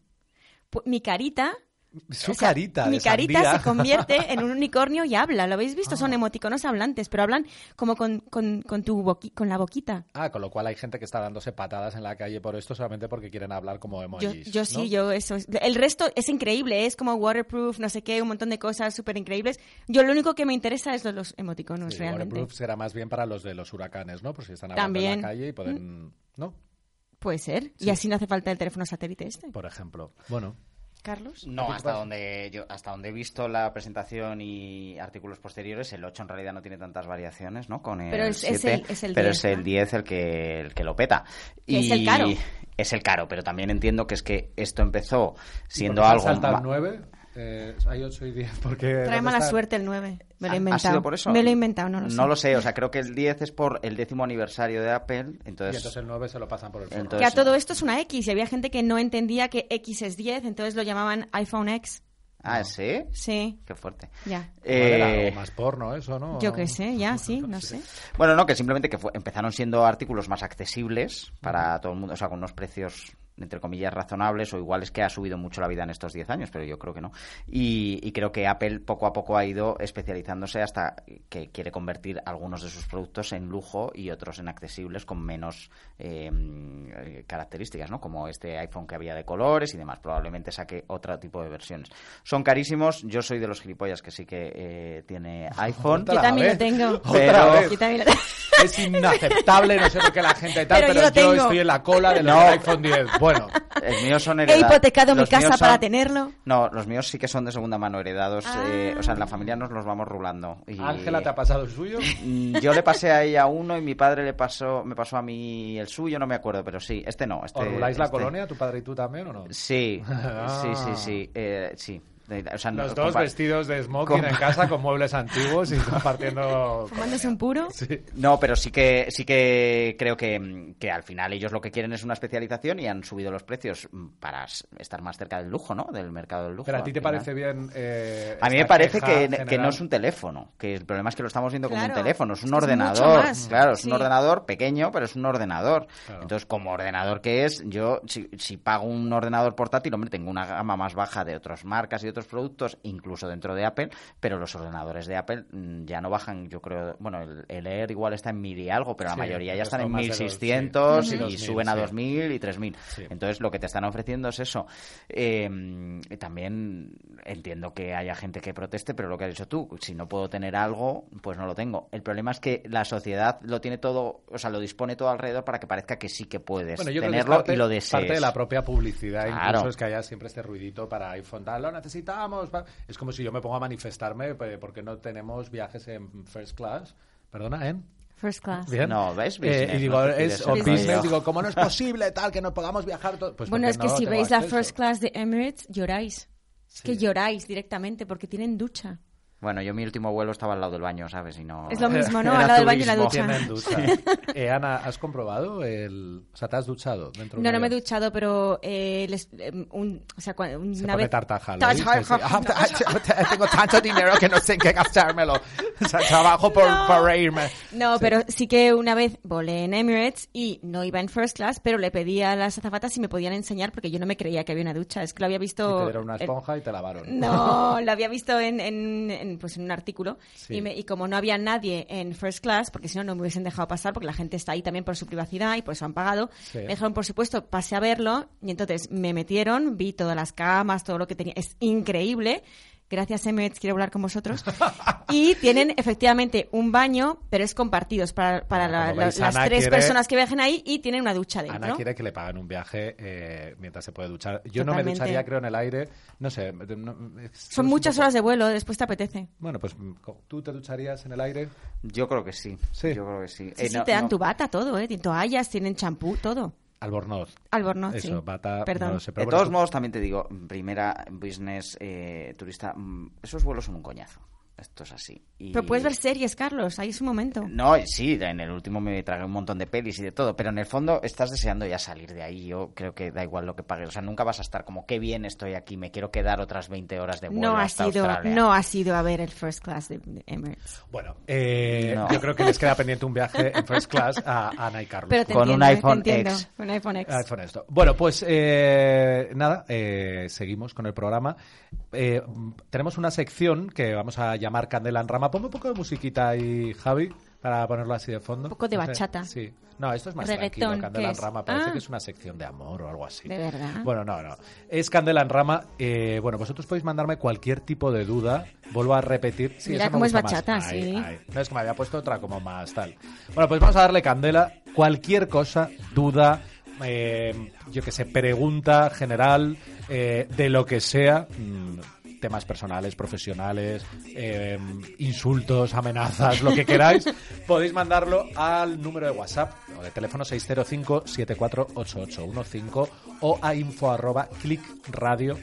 B: Pu- Mi carita
A: Su
B: o sea,
A: carita. de
B: mi carita
A: sandía.
B: se convierte en un unicornio y habla. ¿Lo habéis visto? Son
A: Ah.
B: emoticonos hablantes, pero hablan como con, con, con tu boqui- con la boquita.
A: <laughs> Ah, con lo cual hay gente que está dándose patadas en la calle por esto solamente porque quieren hablar como
B: Yo,
A: emojis.
B: yo sí, yo eso. es- El resto es increíble, es como waterproof, no sé qué, un montón de cosas súper increíbles. Yo lo único que me interesa es los, los emoticonos, realmente.
A: Waterproof será más bien para los de los huracanes, ¿no? Por si están hablando en
B: También. Mm.
A: la calle y pueden... ¿No?
B: Puede ser. Y así no hace falta el teléfono satélite este.
A: Por ejemplo. Bueno.
B: Carlos.
D: No, hasta donde yo, hasta donde he visto la presentación y artículos posteriores, el 8 en realidad no tiene tantas variaciones, ¿no? Con el
B: Pero es- es
D: 7,
B: el- es el
D: pero
B: 10,
D: es el
B: ¿no?
D: 10 el que el que lo peta.
B: Que es el caro.
D: Es el caro, pero también entiendo que es que esto empezó siendo
A: ¿Y por qué
D: algo
A: se han saltado
D: ma-
A: el 9? Eh, hay 8 y 10 porque...
B: Trae
A: ¿dónde
B: mala
A: están?
B: suerte el 9. Me lo he
D: ¿Ha- ha
B: inventado.
D: sido por eso?
B: Me lo he inventado, no lo sé.
D: o sea, creo que el 10 es por el décimo aniversario de Apple,
A: Y
D: entonces,
A: entonces el 9 se lo pasan por el forro.
D: entonces-
B: Que a todo esto es una X y había gente que no entendía que X es 10, entonces lo llamaban iPhone X.
D: Ah, ¿sí?
B: Sí,
D: Qué fuerte.
B: ya.
A: Vale, era
D: Eh,
A: algo más porno eso, ¿no?
B: Yo qué sé, ya, sí, no sé.
D: Bueno, no, que simplemente que fue- empezaron siendo artículos más accesibles para todo el mundo, o sea, con unos precios entre comillas razonables o igual es que ha subido mucho la vida en estos 10 años, pero yo creo que no. Y, y creo que Apple poco a poco ha ido especializándose hasta que quiere convertir algunos de sus productos en lujo y otros en accesibles con menos eh, eh, características, ¿no? Como este iPhone que había de colores y demás. Probablemente saque otro tipo de versiones. Son carísimos, yo soy de los gilipollas que sí que eh, tiene iPhone.
B: Yo también lo
A: vez.
B: tengo.
D: Otra vez.
B: Yo
D: <laughs>
B: también lo tengo.
A: <laughs> Es inaceptable, no sé por qué la gente y tal,
B: Pero
A: pero,
B: yo lo
A: yo,
B: tengo.
A: estoy en la cola del iPhone 10. Bueno,
D: El mío son
B: He
D: heredados.
B: hipotecado mi
D: Los míos
B: casa
D: son-
B: para tenerlo.
D: No, los míos sí que son de segunda mano heredados.
B: Ah.
D: eh, o sea, en la familia nos los vamos rulando. <laughs> y-
A: Ángela, ¿te ha pasado el suyo?
D: Mm, Yo le pasé a ella uno y mi padre le pasó, me pasó a mí el suyo, no me acuerdo, pero sí, este no. Este,
A: ¿Os ruláis la
D: este-
A: colonia, tu padre y tú también o no? <laughs>
D: Sí,
A: Ah.
D: sí, sí, sí. eh, sí. De- o sea, no-
A: Los dos
D: compa-
A: vestidos de smoking
D: compa-
A: en casa con muebles antiguos y
D: <laughs>
A: compartiendo.
B: Fumándose un puro.
A: Sí.
D: No, pero sí que sí que creo que, mm, que al final ellos lo que quieren es una especialización y han subido los precios mm, para s- estar más cerca del lujo, ¿no? Del mercado del lujo.
A: Pero a ti te
D: al final.
A: parece bien. eh,
D: A mí me
A: esta
D: parece
A: queja
D: que,
A: general?
D: que no es un teléfono, que el problema es que lo estamos viendo como
B: Claro,
D: un teléfono, es un
B: es mucho
D: ordenador,
B: más,
D: claro, es
B: sí.
D: un ordenador pequeño, pero es un ordenador. Entonces, como ordenador que es, yo si, si pago un ordenador portátil, hombre, tengo una gama más baja de otras marcas y otros productos, incluso dentro de Apple, pero los ordenadores de Apple mm, ya no bajan, yo creo, bueno, el, el Air igual está en mil y algo, pero la
A: Sí,
D: mayoría
A: pero
D: ya están
A: está
D: en
A: más de los-
D: 1600
A: sí.
D: y,
A: Ujú. 2000,
D: suben a
A: sí.
D: 2000 y 3000.
A: Sí.
D: Entonces, lo que te están ofreciendo es eso. Eh, y también entiendo que haya gente que proteste, pero lo que has dicho tú, si no puedo tener algo, pues no lo tengo. El problema es que la sociedad lo tiene todo, o sea, lo dispone todo alrededor para que parezca que sí que puedes
A: Bueno, yo creo que es
D: tenerlo
A: parte,
D: y lo desees.
A: parte de la propia publicidad,
D: Claro.
A: incluso es que haya siempre este ruidito para iPhone, tal, lo necesitamos. va. Es como si yo me pongo a manifestarme eh, porque no tenemos viajes en first class. Perdona, ¿eh?
B: First class.
A: Bien.
D: No, ves,
A: Eh,
D: business,
A: y digo,
D: no te
A: es
D: pides
A: o
D: el
A: business,
D: rollo.
A: digo, ¿cómo no es posible tal que no podamos viajar? todo? Pues
B: bueno,
A: porque
B: es que
A: no
B: si
A: tengo
B: veis la
A: acceso.
B: first class de Emirates, lloráis. Es que lloráis directamente porque tienen ducha.
D: Bueno, yo mi último vuelo estaba al lado del baño, ¿sabes? Y no...
B: Es lo mismo,
A: <laughs>
B: ¿no?
D: Era
B: Al lado del baño y la
D: turismo.
B: ducha.
D: <laughs>
A: Tienen ducha. Eh, Ana, ¿has comprobado el. O sea, ¿te has duchado dentro de
B: No,
A: un
B: no me he
A: avión?
B: duchado, pero eh, les- em, un, o sea, cua- una
A: Se pone
B: vez...
A: tartaja. ¿lo
B: Tartaja.
A: viste? Sí. Ah, Tengo tanto dinero que no sé en qué gastármelo. O sea, trabajo por,
B: No.
A: por irme.
B: No, pero sí que una vez volé en Emirates y no iba en first class, pero le pedí a las azafatas si me podían enseñar porque yo no me creía que había una ducha. Es que lo había
A: Y
B: visto...
A: <laughs> te dieron
B: <laughs>
A: una
B: el-
A: esponja y te lavaron. <laughs>
B: No, lo había visto en, en- en, pues, en un artículo
A: Sí.
B: y, me- y como no había nadie en first class, porque si no, no me hubiesen dejado pasar, porque la gente está ahí también por su privacidad y por eso han pagado,
A: Sí.
B: me dejaron, por supuesto, pasé a verlo y entonces me metieron, vi todas las camas, todo lo que tenía, es increíble. Gracias, Emets, quiero hablar con
A: <laughs>
B: vosotros. Y tienen efectivamente un baño, pero es compartido, es para, para
A: Bueno,
B: la-
A: como
B: la-
A: veis,
B: las
A: Ah, Ana
B: tres
A: quiere-
B: personas que viajen ahí y tienen una ducha dentro.
A: Ana quiere que le paguen un viaje eh, mientras se puede duchar. Yo no me
B: Totalmente.
A: ducharía, creo, en el aire. No sé. no- es- es
B: Son
A: un
B: muchas
A: poco-
B: horas de vuelo, después te apetece.
A: Bueno, pues tú te ducharías en el aire.
D: Yo creo que sí.
A: Sí.
D: Yo creo que sí.
B: Sí,
D: Eh,
B: sí,
D: no-
B: te dan
D: no-
B: tu bata, todo, ¿eh? Tienen toallas, tienen champú, todo.
A: Albornoz.
B: Albornoz,
A: Eso,
B: sí.
A: bata,
B: Perdón.
A: no lo sé. Pero
D: De
A: bueno,
D: todos
A: tú-
D: modos, también te digo, primera business eh, turista, mm, esos vuelos son un coñazo. Esto es así. Y-
B: Pero puedes ver series, Carlos, ahí es un momento.
D: No, y sí, en el último me tragué un montón de pelis y de todo, pero en el fondo estás deseando ya salir de ahí. Yo creo que da igual lo que pagues. O sea, nunca vas a estar como, qué bien estoy aquí, me quiero quedar otras 20 horas de vuelo.
B: No ha
D: hasta
B: sido,
D: Australia".
B: no ha sido a ver el first class de, de Emirates.
A: Bueno, eh,
D: No.
A: yo creo que les queda pendiente un viaje en first class a
B: <laughs>
A: Ana y Carlos.
B: Pero te
D: Con un
B: entiendo,
D: iPhone
B: te entiendo.
D: X.
B: Un iPhone X.
A: iPhone esto. Ah, Bueno, pues eh, nada, eh, seguimos con el programa. Eh, mm, tenemos una sección que vamos a llamar Candela en Rama. Ponme un poco de musiquita ahí, Javi, para ponerlo así de fondo.
B: Un poco de
A: No sé,
B: bachata.
A: <laughs> sí. No, esto es más
B: Reggaetón,
A: tranquilo, Candela
B: ¿qué
A: en
B: es?
A: Rama. Parece
B: Ah.
A: que es una sección de amor o algo así.
B: De verdad.
A: Bueno, no, no. Es Candela en Rama. Eh, bueno, vosotros podéis mandarme cualquier tipo de duda. Vuelvo a repetir. Sí,
B: Mira
A: esa me
B: cómo es
A: gusta más.
B: bachata,
A: Ahí,
B: sí.
A: ahí. No es que me había puesto otra como más tal. Bueno, pues vamos a darle candela. Cualquier cosa, duda, eh, yo que sé, pregunta general, eh, de lo que sea. mm, temas personales, profesionales, eh, insultos, amenazas, lo que
B: <laughs>
A: queráis, podéis mandarlo al número de WhatsApp o de teléfono 605-748815 o a info arroba clickradio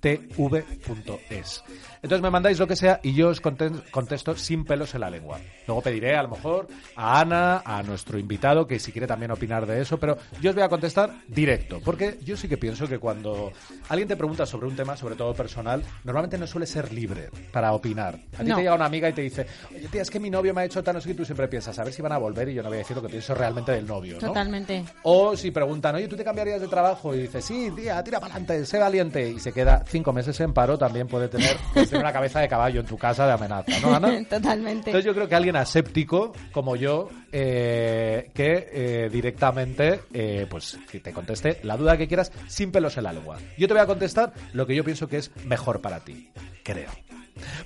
A: tv.es. Entonces me mandáis lo que sea y yo os conten- contesto sin pelos en la lengua. Luego pediré a lo mejor a Ana, a nuestro invitado, que si quiere también opinar de eso, pero yo os voy a contestar directo, porque yo sí que pienso que cuando alguien te pregunta sobre un tema, sobre todo personal, normalmente no suele ser libre para opinar. A ti
B: No.
A: te llega una amiga y te dice, oye tía, es que mi novio me ha hecho tan no sé qué", y tú siempre piensas, a ver si van a volver y yo no voy a decir lo que pienso realmente del novio. ¿no?
B: Totalmente.
A: O si preguntan, oye, ¿tú te cambiarías de trabajo? Y dices, sí, tía, tira para adelante, sé valiente. Y se queda cinco meses en paro, también puede tener, puede tener una cabeza de caballo en tu casa de amenaza, ¿no, Ana?
B: <laughs> Totalmente.
A: Entonces yo creo que alguien aséptico, como yo, eh, que eh, directamente eh, pues que te conteste la duda que quieras sin pelos en la lengua. Yo te voy a contestar lo que yo pienso que es mejor para ti, creo.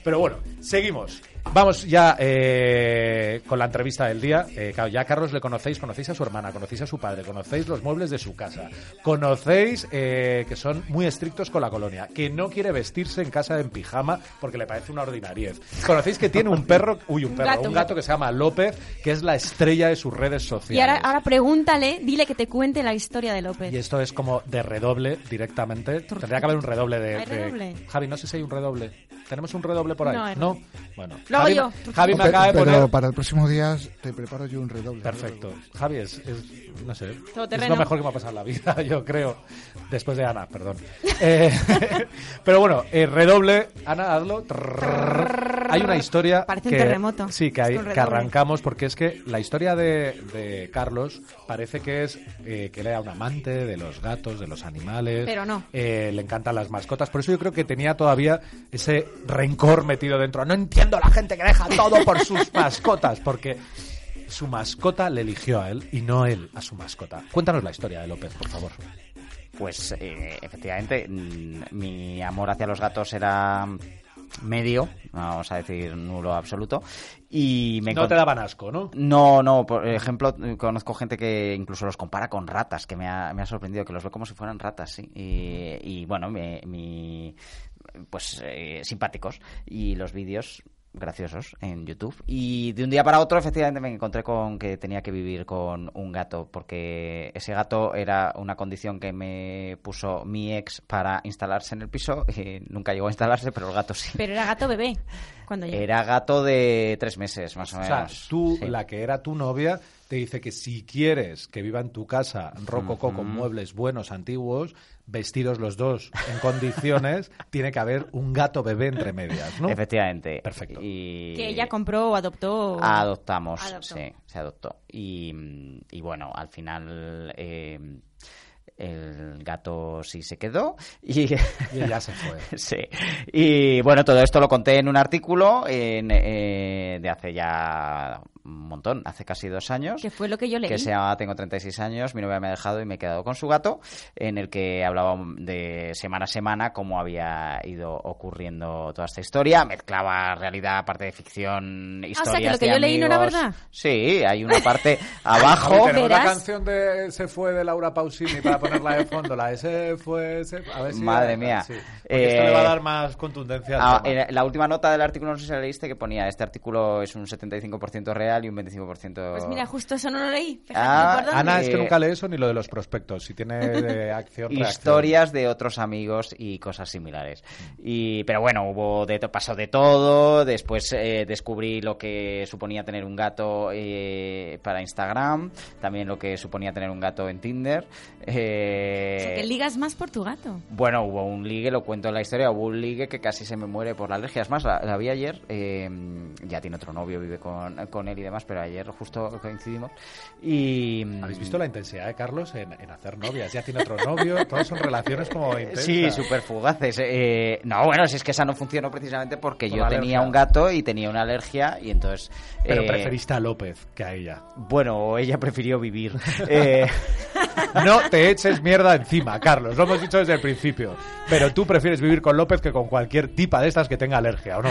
A: Pero bueno, seguimos. Vamos ya eh, con la entrevista del día. Eh, claro, ya a Carlos le conocéis, conocéis a su hermana, conocéis a su padre, conocéis los muebles de su casa, conocéis eh, que son muy estrictos con la colonia, que no quiere vestirse en casa en pijama porque le parece una ordinariez. Conocéis que tiene un perro, uy, un
B: Un
A: perro,
B: gato,
A: un
B: un
A: gato que se llama López, que es la estrella de sus redes sociales.
B: y ahora, ahora pregúntale, dile que te cuente la historia de López.
A: Y esto es como de redoble directamente. Tendría que haber un redoble de,
B: ¿Hay
A: de-
B: redoble?
A: Javi, no sé si hay un redoble. ¿Tenemos un redoble por ahí?
B: No hay
A: Bueno.
B: Lo hago
A: Javi,
B: yo.
A: Javi me
F: Pe-
A: acaba de
F: pero
A: poner...
F: para el próximo día te preparo yo un redoble.
A: Perfecto. Javi es, es- no sé, es
B: Todoterreno.
A: lo mejor que me ha pasado en la vida, <laughs> yo creo. Después de Ana, perdón. Eh, <laughs> pero bueno, eh, redoble, Ana, hazlo. Trrrr. Hay una historia
B: Parece un
A: que,
B: terremoto.
A: Sí, que,
B: Es
A: hay-
B: un redoble.
A: que arrancamos porque es que la historia de, de Carlos parece que es eh, que él era un amante de los gatos, de los animales.
B: Pero no.
A: Eh, le encantan las mascotas. Por eso yo creo que tenía todavía ese rencor metido dentro. No entiendo la gente que deja todo por sus mascotas, porque su mascota le eligió a él y no él a su mascota. Cuéntanos la historia de López, por favor.
D: Pues eh, efectivamente, mm, mi amor hacia los gatos era medio, vamos a decir nulo absoluto, y me
A: No
D: encont-
A: te daban asco, ¿no?
D: No, no, por ejemplo, eh, conozco gente que incluso los compara con ratas, que me ha, me ha sorprendido, que los ve como si fueran ratas, sí. Y, y bueno, mi, mi- pues eh, simpáticos. Y los vídeos graciosos en YouTube. Y de un día para otro, efectivamente, me encontré con que tenía que vivir con un gato, porque ese gato era una condición que me puso mi ex para instalarse en el piso. y nunca llegó a instalarse, pero el gato sí.
B: Pero era gato bebé cuando llegó.
D: Era gato de tres meses, más o
A: O
D: menos.
A: sea, tú,
D: Sí.
A: la que era tu novia, te dice que si quieres que viva en tu casa rococó con muebles buenos, antiguos, vestidos los dos en
D: <laughs>
A: condiciones, tiene que haber un gato bebé entre medias, ¿no?
D: Efectivamente.
A: Perfecto.
D: Y
B: Que ella compró o adoptó.
D: adoptamos,
B: Adoptó.
D: sí, se adoptó. Y, y bueno, al final eh, el gato sí se quedó y... <laughs>
A: Y ella se fue.
D: Sí. Y bueno, todo esto lo conté en un artículo en, eh, de hace ya un montón, hace casi dos años.
B: Que fue lo que yo leí.
D: Que se llamaba Tengo 36 años, mi novia me ha dejado y me he quedado con su gato, en el que hablaba de semana a semana cómo había ido ocurriendo toda esta historia, mezclaba realidad, parte de ficción, historias
B: Ah, que lo que
D: de
B: yo leí no era
D: amigos.
B: verdad. Ah,
D: Sí, hay una
B: <laughs>
D: parte abajo. Ah,
A: Tenemos la
B: verás.
A: canción de Se fue de Laura Pausini para ponerla de fondo, la de Se fue, se fue. A ver si
D: Madre mía.
A: Sí. Porque esto le va a
D: Eh,
A: dar más contundencia. al
D: Ah,
A: tema.
D: en la última nota del artículo, no sé si la leíste, que ponía, este artículo es un 75% real y un 25%...
B: Pues mira, justo eso no lo leí. Fíjate,
D: Ah,
B: ¿por dónde?
A: Ana, es que
D: eh,
A: nunca lee eso ni lo de los prospectos. Si tiene de acción, reacción.
D: historias de otros amigos y cosas similares. Y, pero bueno, hubo de to- pasó de todo. Después eh, descubrí lo que suponía tener un gato eh, para Instagram, también lo que suponía tener un gato en Tinder. Eh,
B: O sea, que ligas más por tu gato.
D: bueno, hubo un ligue, lo cuento en la historia, hubo un ligue que casi se me muere por la alergia. Es más, la, la vi ayer, eh, ya tiene otro novio, vive con, con él y demás, pero ayer justo coincidimos. Y,
B: Mm.
A: ¿Habéis visto la intensidad de Carlos en, en hacer novias? Ya tiene otro novio, todas son relaciones
B: <laughs>
A: como intensas.
D: Eh, Sí, súper fugaces. eh, no, bueno, si es que esa no funcionó precisamente porque
A: Por
D: yo
A: la
D: tenía
A: alergia.
D: un gato y tenía una alergia y entonces...
A: Pero
D: eh,
A: preferiste a López que a ella.
D: Bueno, ella
A: <laughs>
D: prefirió vivir. Eh,
A: No te eches mierda encima, Carlos. Lo hemos dicho desde el principio. Pero tú prefieres vivir con López que con cualquier tipa de estas que tenga alergia, ¿o no?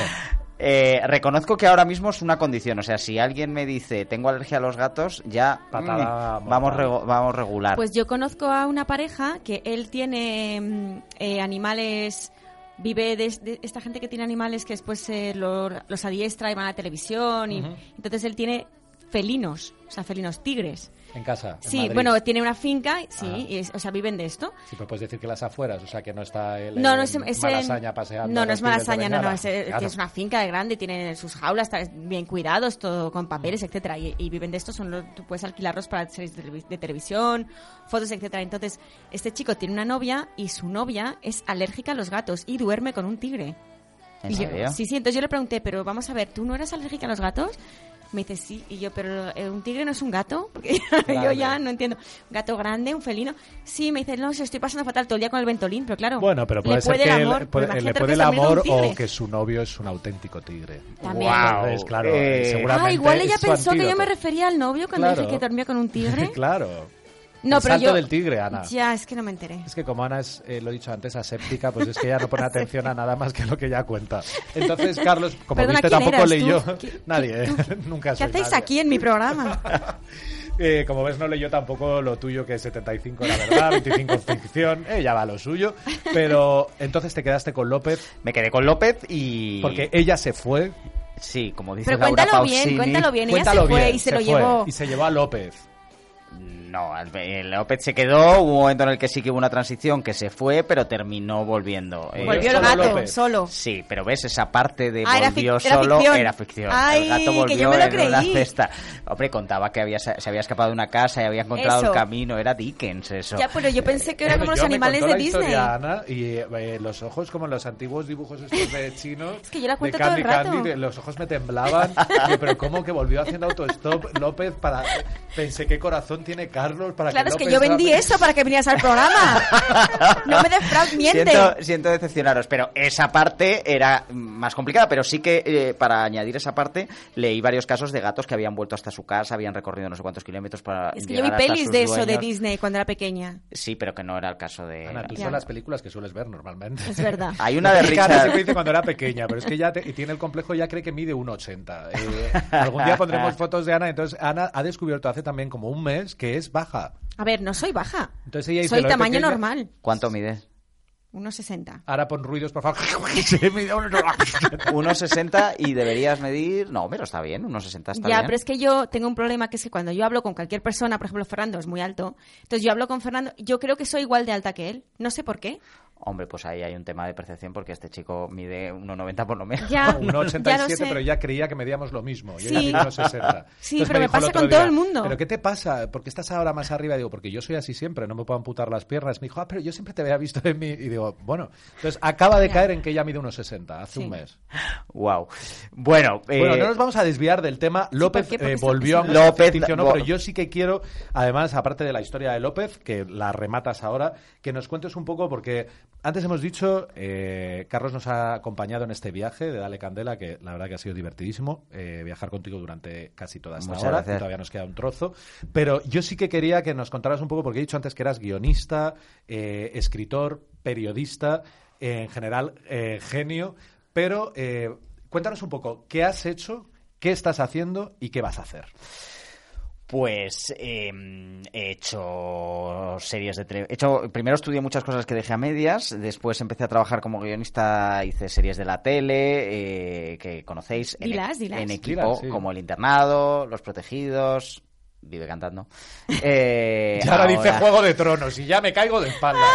D: eh, reconozco que ahora mismo es una condición. O sea, si alguien me dice tengo alergia a los gatos, ya
A: Patada
D: mm, vamos,
A: mortal.
D: rego- vamos regular.
B: Pues yo conozco a una pareja que él tiene mm, eh, animales, vive de, de esta gente que tiene animales que después eh, lo- los adiestra y van a la televisión. Y, Entonces él tiene felinos, o sea, felinos tigres.
A: En casa. en
B: Sí,
A: Madrid.
B: bueno, tiene una finca, sí,
A: Ajá.
B: y es- o sea, viven de esto.
A: Sí, pero puedes decir que las afueras, o sea, que no está el.
B: No,
A: eh,
B: no es, es en-
A: Malasaña paseando.
B: No, no
A: los
B: es
A: tigres de
B: malasaña, no, no,
A: Bengala.
B: es, eh,
A: Claro.
B: que es una finca de grande, tienen sus jaulas, está bien cuidados, todo con papeles,
A: Mm.
B: etcétera, y, y viven de esto, son los- tú puedes alquilarlos para series de, televi- de televisión, fotos, etcétera. Entonces, este chico tiene una novia y su novia es alérgica a los gatos y duerme con un tigre.
D: ¿En
B: Y yo-
D: serio?
B: sí, sí, entonces yo le pregunté, pero vamos a ver, ¿tú no eras alérgica a los gatos? Me dice, sí, y yo, pero eh, un tigre no es un gato, <laughs> porque yo ya no entiendo. Un gato grande, un felino. Sí, me dice, no, se estoy pasando fatal todo el día con el ventolín, pero claro.
A: Bueno, pero
B: le
A: puede, ser
B: el
A: que él-
B: amor,
A: puede-
B: pero
A: le
B: imagínate
A: puede el
B: lo que es dormir
A: amor
B: con un
A: o
B: tigre.
A: que su novio es un auténtico tigre.
B: También.
A: Entonces, claro,
D: Eh,
A: seguramente
B: Ah, igual ella
A: es su
B: pensó que yo
A: antídoto.
B: me refería al novio cuando
A: Claro.
B: dije que dormía
A: <laughs>
B: con un tigre.
A: claro.
B: No,
A: El
B: pero
A: salto
B: yo-
A: del tigre, Ana.
B: Ya, es que no me enteré.
A: Es que como Ana es, eh, lo he dicho antes, aséptica, pues es que ella
B: <laughs>
A: no pone atención a nada más que lo que ella cuenta. Entonces, Carlos, como
B: Perdona,
A: viste,
B: ¿quién
A: tampoco
B: eras
A: leí
B: tú?
A: yo.
B: ¿Qué-
A: <laughs> Nadie, eh, nunca
B: ¿Qué
A: soy
B: hacéis
A: nadie.
B: aquí en mi programa?
A: Eh, como ves, no leyó tampoco lo tuyo, que es 75 la verdad, 25 ficción, ella va a lo suyo. Pero entonces te quedaste con López
D: Me quedé con López y...
A: porque ella se fue.
D: Sí, como dice
B: Pero
D: Laura
B: cuéntalo bien,
D: Pausini-
B: cuéntalo bien. Ella
A: Cuéntalo
B: se fue
A: bien,
B: y se, lo
A: fue,
B: llevó.
A: Y se llevó a López.
D: No, el- el López se quedó, hubo un momento en el que sí que hubo una transición que se fue, pero terminó volviendo. Eh,
B: Volvió el
A: Solo
B: gato,
A: López.
B: solo.
D: Sí, pero ves, esa parte de
B: Ah, era
D: volvió
B: fic- era
D: solo
B: ficción.
D: era ficción.
B: Ay,
D: el gato volvió
B: que yo me lo
D: en una
B: creí.
D: cesta. Hombre, contaba que había, se había escapado de una casa y había encontrado
B: Eso.
D: el camino. Era Dickens eso.
B: Ya, pero yo pensé que era como
A: Bueno,
B: los
A: yo me
B: animales de
A: contó la
B: Disney.
A: historia, Ana, y eh, los ojos como los antiguos dibujos estos de
B: <laughs>
A: chino.
B: Es que yo la
A: de
B: cuento todo el
A: Candy
B: rato.
A: Candy, de- los ojos me temblaban. Yo, pero ¿cómo que volvió haciendo autostop López para... Pensé, ¿qué corazón tiene Carlos para
B: Claro,
A: que
B: es que
A: López
B: yo vendí
A: trape-
B: eso para que vinieras al programa.
A: <laughs>
B: No me
D: <laughs>
B: defraudes, miente.
D: Siento, siento decepcionaros, pero esa parte era más complicada, pero sí que eh, para añadir esa parte leí varios casos de gatos que habían vuelto hasta su casa, habían recorrido no sé cuántos kilómetros para...
B: Es que yo vi
D: llegar hasta
B: pelis
D: sus
B: de eso de
D: dueños.
B: Disney cuando era pequeña.
D: Sí, pero que no era el caso de...
A: Ana, tú
B: Ya.
A: son las películas que sueles ver normalmente.
B: Es verdad.
D: Hay una
B: <laughs>
D: de
A: <laughs> Es que Ana
D: Richard...
A: siempre dice cuando era pequeña, pero es que ya te- y tiene el complejo, ya cree que mide 1,80. Eh, algún día
D: <laughs>
A: pondremos fotos de Ana. Entonces, Ana ha descubierto hace también como un mes que es baja.
B: A ver, no soy baja.
A: Entonces ella dice,
B: soy
A: lo de
B: tamaño
A: pequeña-
B: normal,
D: ¿Cuánto mides?
B: 1,60.
A: Ahora pon ruidos, por favor. <laughs> Se mide <laughs> 1,80.
D: 1,60 y deberías medir... No, pero está bien, 1,60 está
B: Ya,
D: bien.
B: pero es que yo tengo un problema que es que cuando yo hablo con cualquier persona, por ejemplo, Fernando es muy alto, entonces yo hablo con Fernando, yo creo que soy igual de alta que él, no sé por qué.
D: Hombre, pues ahí hay un tema de percepción porque este chico mide 1,90 por lo menos. <laughs>
B: Ya,
A: Un
B: ya lo
A: 87,
B: sé.
A: pero ya creía que medíamos lo mismo. Yo
B: Sí.
A: ya mido 1,60.
B: <laughs> Sí, pero me
A: Entonces dijo el
B: pasa
A: otro
B: con todo el mundo.
A: ¿Pero qué te pasa? ¿Por qué estás ahora más arriba? Digo, porque yo soy así siempre, no me puedo amputar las piernas. Me dijo, ah, pero yo siempre te había visto en mí. Y digo, bueno. Entonces acaba de
B: Ya.
A: caer en que ella mide 1,60 hace
B: Sí.
A: un mes.
D: Wow. Bueno, eh,
A: Bueno, no nos vamos a desviar del tema. López
B: qué? Porque
A: eh,
B: está
A: volvió a un
D: pisando. López,
A: ficticio, no,
D: bo-
A: pero yo sí que quiero, además, aparte de la historia de López, que la rematas ahora, que nos cuentes un poco, porque Antes hemos dicho, eh, Carlos nos ha acompañado en este viaje de Dale Candela, que la verdad que ha sido divertidísimo eh, viajar contigo durante casi toda esta
D: Muchas
A: hora.
D: gracias.
A: y Todavía nos queda un trozo. Pero yo sí que quería que nos contaras un poco, porque he dicho antes que eras guionista, eh, escritor, periodista, eh, en general eh, genio. Pero eh, cuéntanos un poco, ¿qué has hecho? ¿Qué estás haciendo y qué vas a hacer?
D: Pues eh, he hecho series de tele- he hecho Primero estudié muchas cosas que dejé a medias, después empecé a trabajar como guionista, hice series de la tele, eh, que conocéis en,
B: Dilas,
D: equ-
B: dilas.
D: en equipo,
A: Dilas, sí.
D: como El Internado, Los Protegidos,
A: <laughs>
D: vive cantando. Eh,
A: Y ahora, dice
D: ahora-
A: Juego de Tronos y ya me caigo de
D: <laughs>
A: espalda.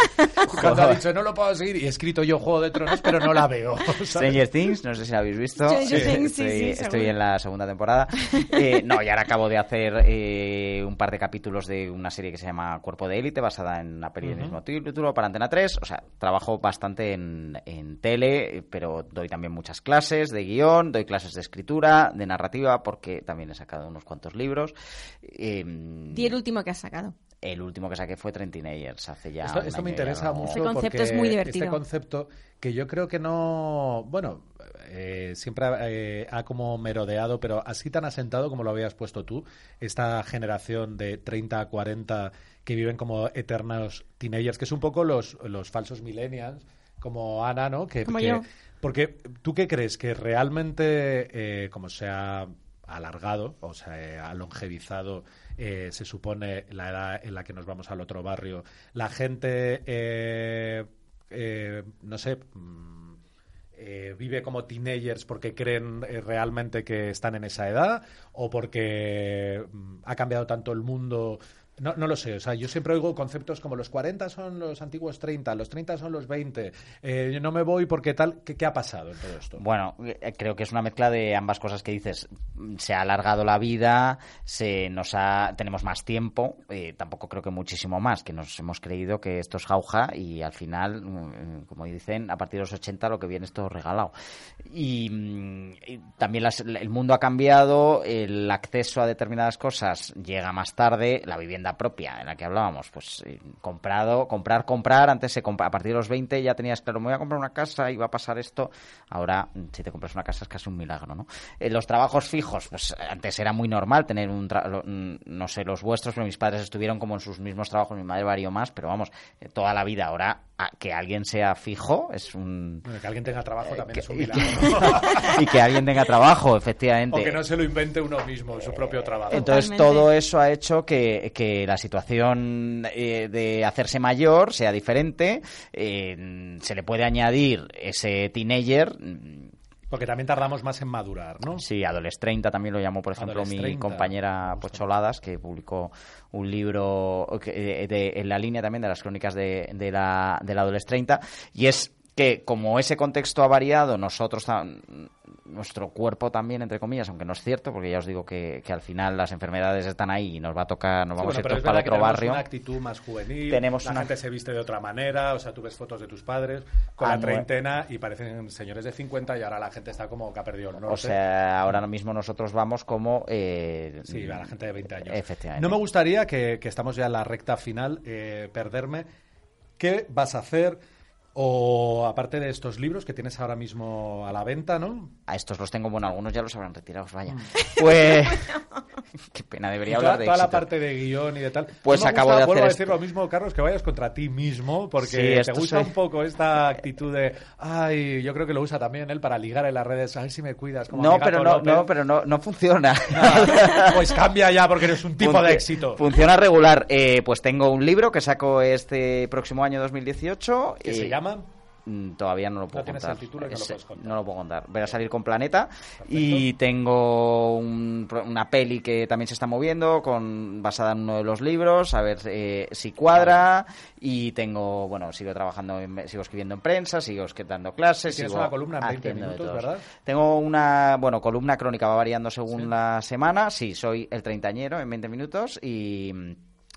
A: Cuando ha dicho no lo puedo seguir y he escrito yo Juego de Tronos, pero no la veo. <laughs> ¿sabes?
D: Stranger Things, no sé si la habéis visto. Eh,
B: Stranger Things, sí,
D: estoy,
B: sí,
D: estoy
B: seguro.
D: en la
B: <laughs>
D: segunda temporada. Eh, no, y ahora acabo de hacer eh, un par de capítulos de una serie que se llama Cuerpo de Élite, basada en una peli del mismo título para Antena 3. O sea, trabajo bastante en, en tele, eh, pero doy también muchas clases de guión, doy clases de escritura, de narrativa, porque también he sacado unos cuantos libros. Eh,
B: Di el último que has sacado.
D: el último que saqué fue Trentinagers hace ya.
A: Esto,
D: un
A: esto me
D: año y algo.
A: interesa mucho.
B: Este concepto
A: porque
B: es muy divertido.
A: Este concepto que yo creo que no. Bueno, eh, siempre eh, ha como merodeado, pero así tan asentado como lo habías puesto tú, esta generación de 30 a 40 que viven como eternos teenagers, que es un poco los, los falsos millennials, como Ana, ¿no? Que,
B: Como
A: que-
B: yo.
A: Porque, ¿tú qué crees? Que realmente, eh, como se ha alargado, o sea, eh, ha longevizado, eh, se supone la edad en la que nos vamos al otro barrio, la gente, eh, eh, no sé, mm, eh, vive como teenagers porque creen eh, realmente que están en esa edad o porque mm, ha cambiado tanto el mundo. No, no lo sé, o sea, yo siempre oigo conceptos como los 40 son los antiguos 30, los 30 son los 20, eh, yo no me voy porque tal, ¿qué, qué ha pasado en todo esto?
D: Bueno, eh, creo que es una mezcla de ambas cosas que dices. Mm, Se ha alargado la vida, se nos ha, tenemos más tiempo, eh, tampoco creo que muchísimo más, que nos hemos creído que esto es jauja y al final, mm, como dicen, a partir de los 80 lo que viene es todo regalado. Y, mm, y también las- el mundo ha cambiado, el acceso a determinadas cosas llega más tarde, la vivienda propia en la que hablábamos, pues eh, comprado, comprar, comprar, antes se compra, a partir de los 20 ya tenías claro, me voy a comprar una casa y va a pasar esto, ahora mm, si te compras una casa es casi un milagro, ¿no? Eh, los trabajos fijos, pues antes era muy normal tener un, tra- lo- mm, no sé, los vuestros, pero mis padres estuvieron como en sus mismos trabajos, mi madre varió más, pero vamos, eh, toda la vida ahora a- que alguien sea fijo es un...
A: Bueno, que alguien tenga trabajo también
D: Eh, que- <laughs>
A: es un
D: y,
A: milagro.
D: que, y que alguien tenga trabajo, efectivamente.
A: O que no se lo invente uno mismo, su propio trabajo.
D: Entonces
B: Totalmente.
D: todo eso ha hecho que, que la situación eh, de hacerse mayor sea diferente. eh, se le puede añadir ese teenager. mm,
A: Porque también tardamos más en madurar, ¿no?
D: Sí, Adoles 30 también lo llamó, por ejemplo,
A: Adoles
D: mi
A: 30,
D: compañera Pocholadas, que publicó un libro que- eh, de- en la línea también de las crónicas de, de la, del Adoles 30. Y es que como ese contexto ha variado, nosotros tam- nuestro cuerpo también, entre comillas, aunque no es cierto, porque ya os digo que, que al final las enfermedades están ahí y nos va a tocar, nos
A: Sí,
D: vamos
A: bueno,
D: a
A: pero
D: ir
A: es
D: todos para
A: verdad que
D: otro
A: tenemos
D: barrio.
A: una actitud más juvenil,
D: Tenemos
A: la
D: una-
A: gente se viste de otra manera, o sea, tú ves fotos de tus padres con
D: Ah,
A: la
D: no.
A: treintena y parecen señores de 50 y ahora la gente está como que ha perdido el norte.
D: O sea, ahora mismo nosotros vamos como... eh,
A: Sí, a la gente de 20 años.
D: Efectivamente.
A: No me gustaría que, que estamos ya en la recta final, eh, perderme. ¿Qué vas a hacer? O aparte de estos libros que tienes ahora mismo a la venta, ¿no?
D: A estos los tengo, bueno, algunos ya los habrán retirado, vaya. <laughs> Pues. Qué pena, debería
A: toda,
D: hablar de
A: toda la
D: éxito.
A: parte de guión y de tal.
D: Pues
A: No me
D: acabo
A: gusta,
D: de hacer
A: Vuelvo a
D: esto.
A: decir lo mismo, Carlos, que vayas contra ti mismo, porque
D: Sí,
A: te
D: esto
A: gusta
D: soy-
A: un poco esta actitud de, ay, yo creo que lo usa también él para ligar en las redes, ay, si me cuidas. Como
D: No,
A: mi gato
D: pero no,
A: López.
D: no, pero no, no funciona.
A: Ah, <laughs> pues cambia ya, porque eres un tipo de
D: Funci-
A: éxito.
D: Funciona regular. Eh, pues tengo un libro que saco este próximo año 2018.
A: Que se
D: eh,
A: llama...
D: Mm, Todavía no lo puedo
A: tienes
D: contar.
A: el título y no lo puedes contar.
D: no lo puedo contar. Voy a salir con Planeta y tengo un pro- una peli que también se está moviendo con basada en uno de los libros, a ver eh, si cuadra y tengo, bueno, sigo trabajando, en- sigo escribiendo en prensa, sigo esque- dando clases,
A: Tienes
D: sigo
A: una columna en 20
D: haciendo de
A: minutos,
D: todos.
A: ¿verdad?
D: Tengo una, bueno, columna crónica va variando según la semana. Sí, soy el treintañero en 20 minutos y,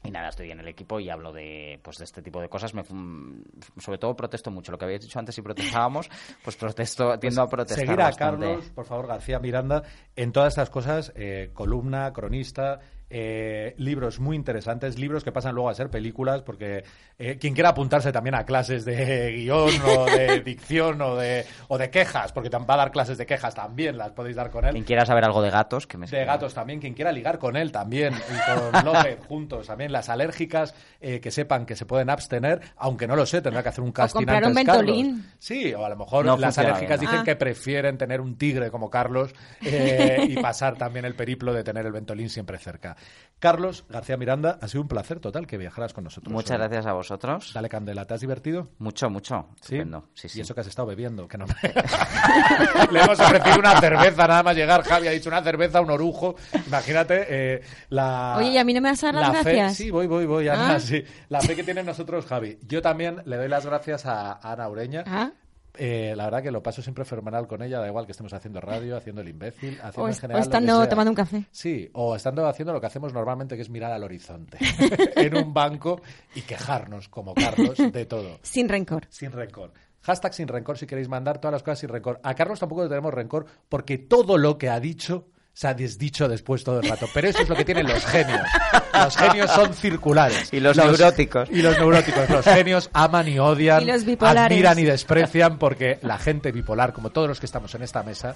D: y nada, estoy en el equipo y hablo de, pues, de este tipo de cosas. Me, fun- sobre todo protesto mucho. Lo que habéis dicho antes, si
A: <laughs>
D: protestábamos, pues protesto, tiendo a protestar
A: Seguir a
D: bastante.
A: Carlos, por favor, García Miranda, en todas estas cosas, eh, columna, cronista, eh, libros muy interesantes, libros que pasan luego a ser películas, porque eh, quien quiera apuntarse también a clases de <laughs> guión o
D: <laughs>
A: de dicción o de, o de quejas, porque tam- va a dar clases de quejas también, las podéis dar con él.
D: Quien quiera saber algo de gatos, que me
A: De gatos también, quien quiera ligar con él también, y con <laughs> López juntos también, las alérgicas eh, que sepan que se pueden abstener, aunque no lo sé, tendrá que hacer un casting
B: comprar un
A: antes, Carlos.
B: Ventolin.
A: Sí, o a lo mejor
D: No
A: las
D: funciona
A: alérgicas
D: bien,
B: ¿no?
A: dicen
B: Ah.
A: que prefieren tener un tigre como Carlos
B: <laughs>
A: eh, y pasar también el periplo de tener el Ventolín siempre cerca. Carlos García Miranda, ha sido un placer total que viajaras con nosotros.
D: Muchas
A: hoy.
D: gracias a vosotros.
A: Dale candela, ¿te has divertido?
D: Mucho, mucho.
A: Sí.
D: Estupendo. Pues Sí, sí.
A: Y eso que has estado bebiendo, que no me- <laughs> Le hemos ofrecido una cerveza nada más llegar, Javi ha dicho una cerveza, un orujo. Imagínate eh, la.
B: Oye, ¿y a mí no me vas a dar las
A: la fe-
B: gracias?
A: Sí, voy, voy, voy, Ana,
B: Ah.
A: sí. La fe que tienen nosotros, Javi. Yo también le doy las gracias a Ana Ureña.
B: Ah.
A: Eh, la verdad que lo paso siempre fenomenal con ella, da igual que estemos haciendo radio, haciendo el imbécil, haciendo
B: O
A: en
B: es- o
A: general. lo que
B: estando
A: sea.
B: tomando un café.
A: Sí, o estando haciendo lo que hacemos normalmente, que es mirar
B: <laughs>
A: al horizonte en un banco y quejarnos, como Carlos, de todo.
B: Sin rencor.
A: Sin rencor. Hashtag sin rencor si queréis mandar todas las cosas sin rencor. A Carlos tampoco le tenemos rencor porque todo lo que ha dicho se ha desdicho después todo el rato. Pero eso es lo que tienen los genios. Los genios son circulares.
D: Y los neuróticos.
A: Y los neuróticos. Los genios aman y odian.
B: Y los bipolares.
A: Admiran y desprecian porque la gente bipolar, como todos los que estamos en esta mesa,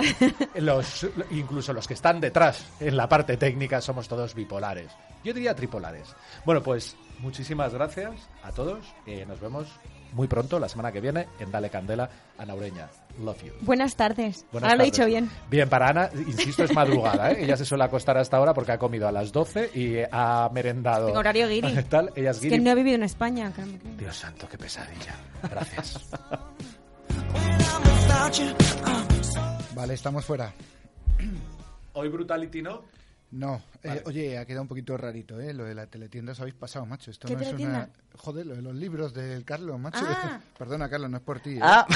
A: los, incluso los que están detrás en la parte técnica, somos todos bipolares. Yo diría tripolares. Bueno, pues muchísimas gracias a todos. Eh, nos vemos muy pronto, la semana que viene, en Dale Candela, Ana Ureña. Love you.
B: Buenas tardes.
A: Buenas
B: Ahora lo he
A: tardes.
B: dicho bien.
A: Bien, para Ana, insisto, es madrugada, ¿eh? Ella se suele acostar hasta ahora porque ha comido a las 12 y ha merendado.
B: Tengo
A: <laughs>
B: horario guiri.
A: Tal, ella es
B: Es que
A: guiri.
B: no he vivido en España. caramba.
A: Dios santo, qué <laughs> pesadilla. Gracias.
F: Vale, estamos fuera.
A: Hoy Brutality no.
F: No, eh, oye, ha quedado un poquito rarito, ¿eh? Lo de la teletienda os habéis pasado, macho. Esto
B: ¿Qué
F: no es una...
B: teletienda?
F: Joder, lo de los libros del Carlos, macho.
B: Ah.
F: <laughs> Perdona, Carlos, no es por ti. ¿eh?
D: Ah,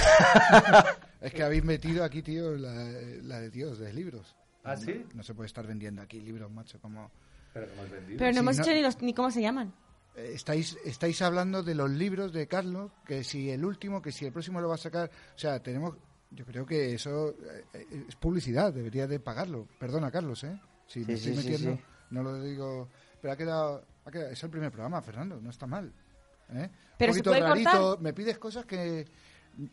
D: <laughs>
F: Es que habéis metido aquí, tío, la, la de Dios, de libros.
A: ¿Ah, sí?
F: No se puede estar vendiendo aquí libros, macho, como...
A: Pero que hemos vendido.
B: Pero no
F: Sí,
B: hemos
F: no-
B: dicho ni, los- ni cómo se llaman.
F: Eh, Estáis, estáis hablando de los libros de Carlos, que si el último, que si el próximo lo va a sacar. O sea, tenemos. Yo creo que eso eh, eh, es publicidad, debería de pagarlo. Perdona, Carlos, ¿eh? Si me estoy metiendo, no lo digo. Pero ha quedado, ha quedado- Es el primer programa, Fernando, no está mal. ¿eh?
B: Pero
F: Un
B: se
F: poquito
B: puede cortar.
F: Me pides cosas que.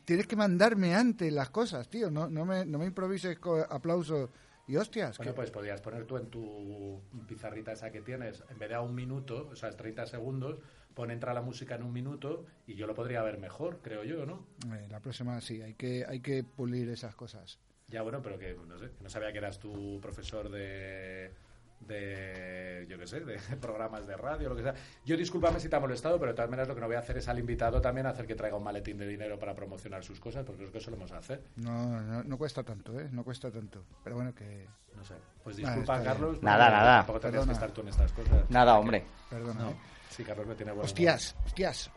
F: Tienes que mandarme antes las cosas, tío. No, no, me, no me improvises con aplausos y hostias.
A: Bueno,
F: que-
A: pues podrías poner tú en tu pizarrita esa que tienes, en vez de a un minuto, o sea, es 30 segundos, pon entra la música en un minuto y yo lo podría ver mejor, creo yo, ¿no?
F: eh, la próxima sí, hay que, hay que pulir esas cosas.
A: Ya, bueno, pero que no sé, que no sabía que eras tu profesor de de yo qué sé, de <laughs> programas de radio, lo que sea. Yo discúlpame si te ha molestado, pero de todas maneras lo que no voy a hacer es al invitado también hacer que traiga un maletín de dinero para promocionar sus cosas, porque es lo que solemos hacer.
F: No, no, no cuesta tanto, ¿eh? No cuesta tanto. Pero bueno, que...
A: No sé. Pues
F: Bueno,
A: disculpa,
F: Ah, está bien.
A: Carlos. pero
D: Nada, nada.
A: Tampoco tenías que
F: Perdona.
A: estar tú en estas cosas.
D: nada, hombre.
F: Perdona. ¿eh?
A: Sí, Carlos me tiene buen humor.
F: Hostias, hostias.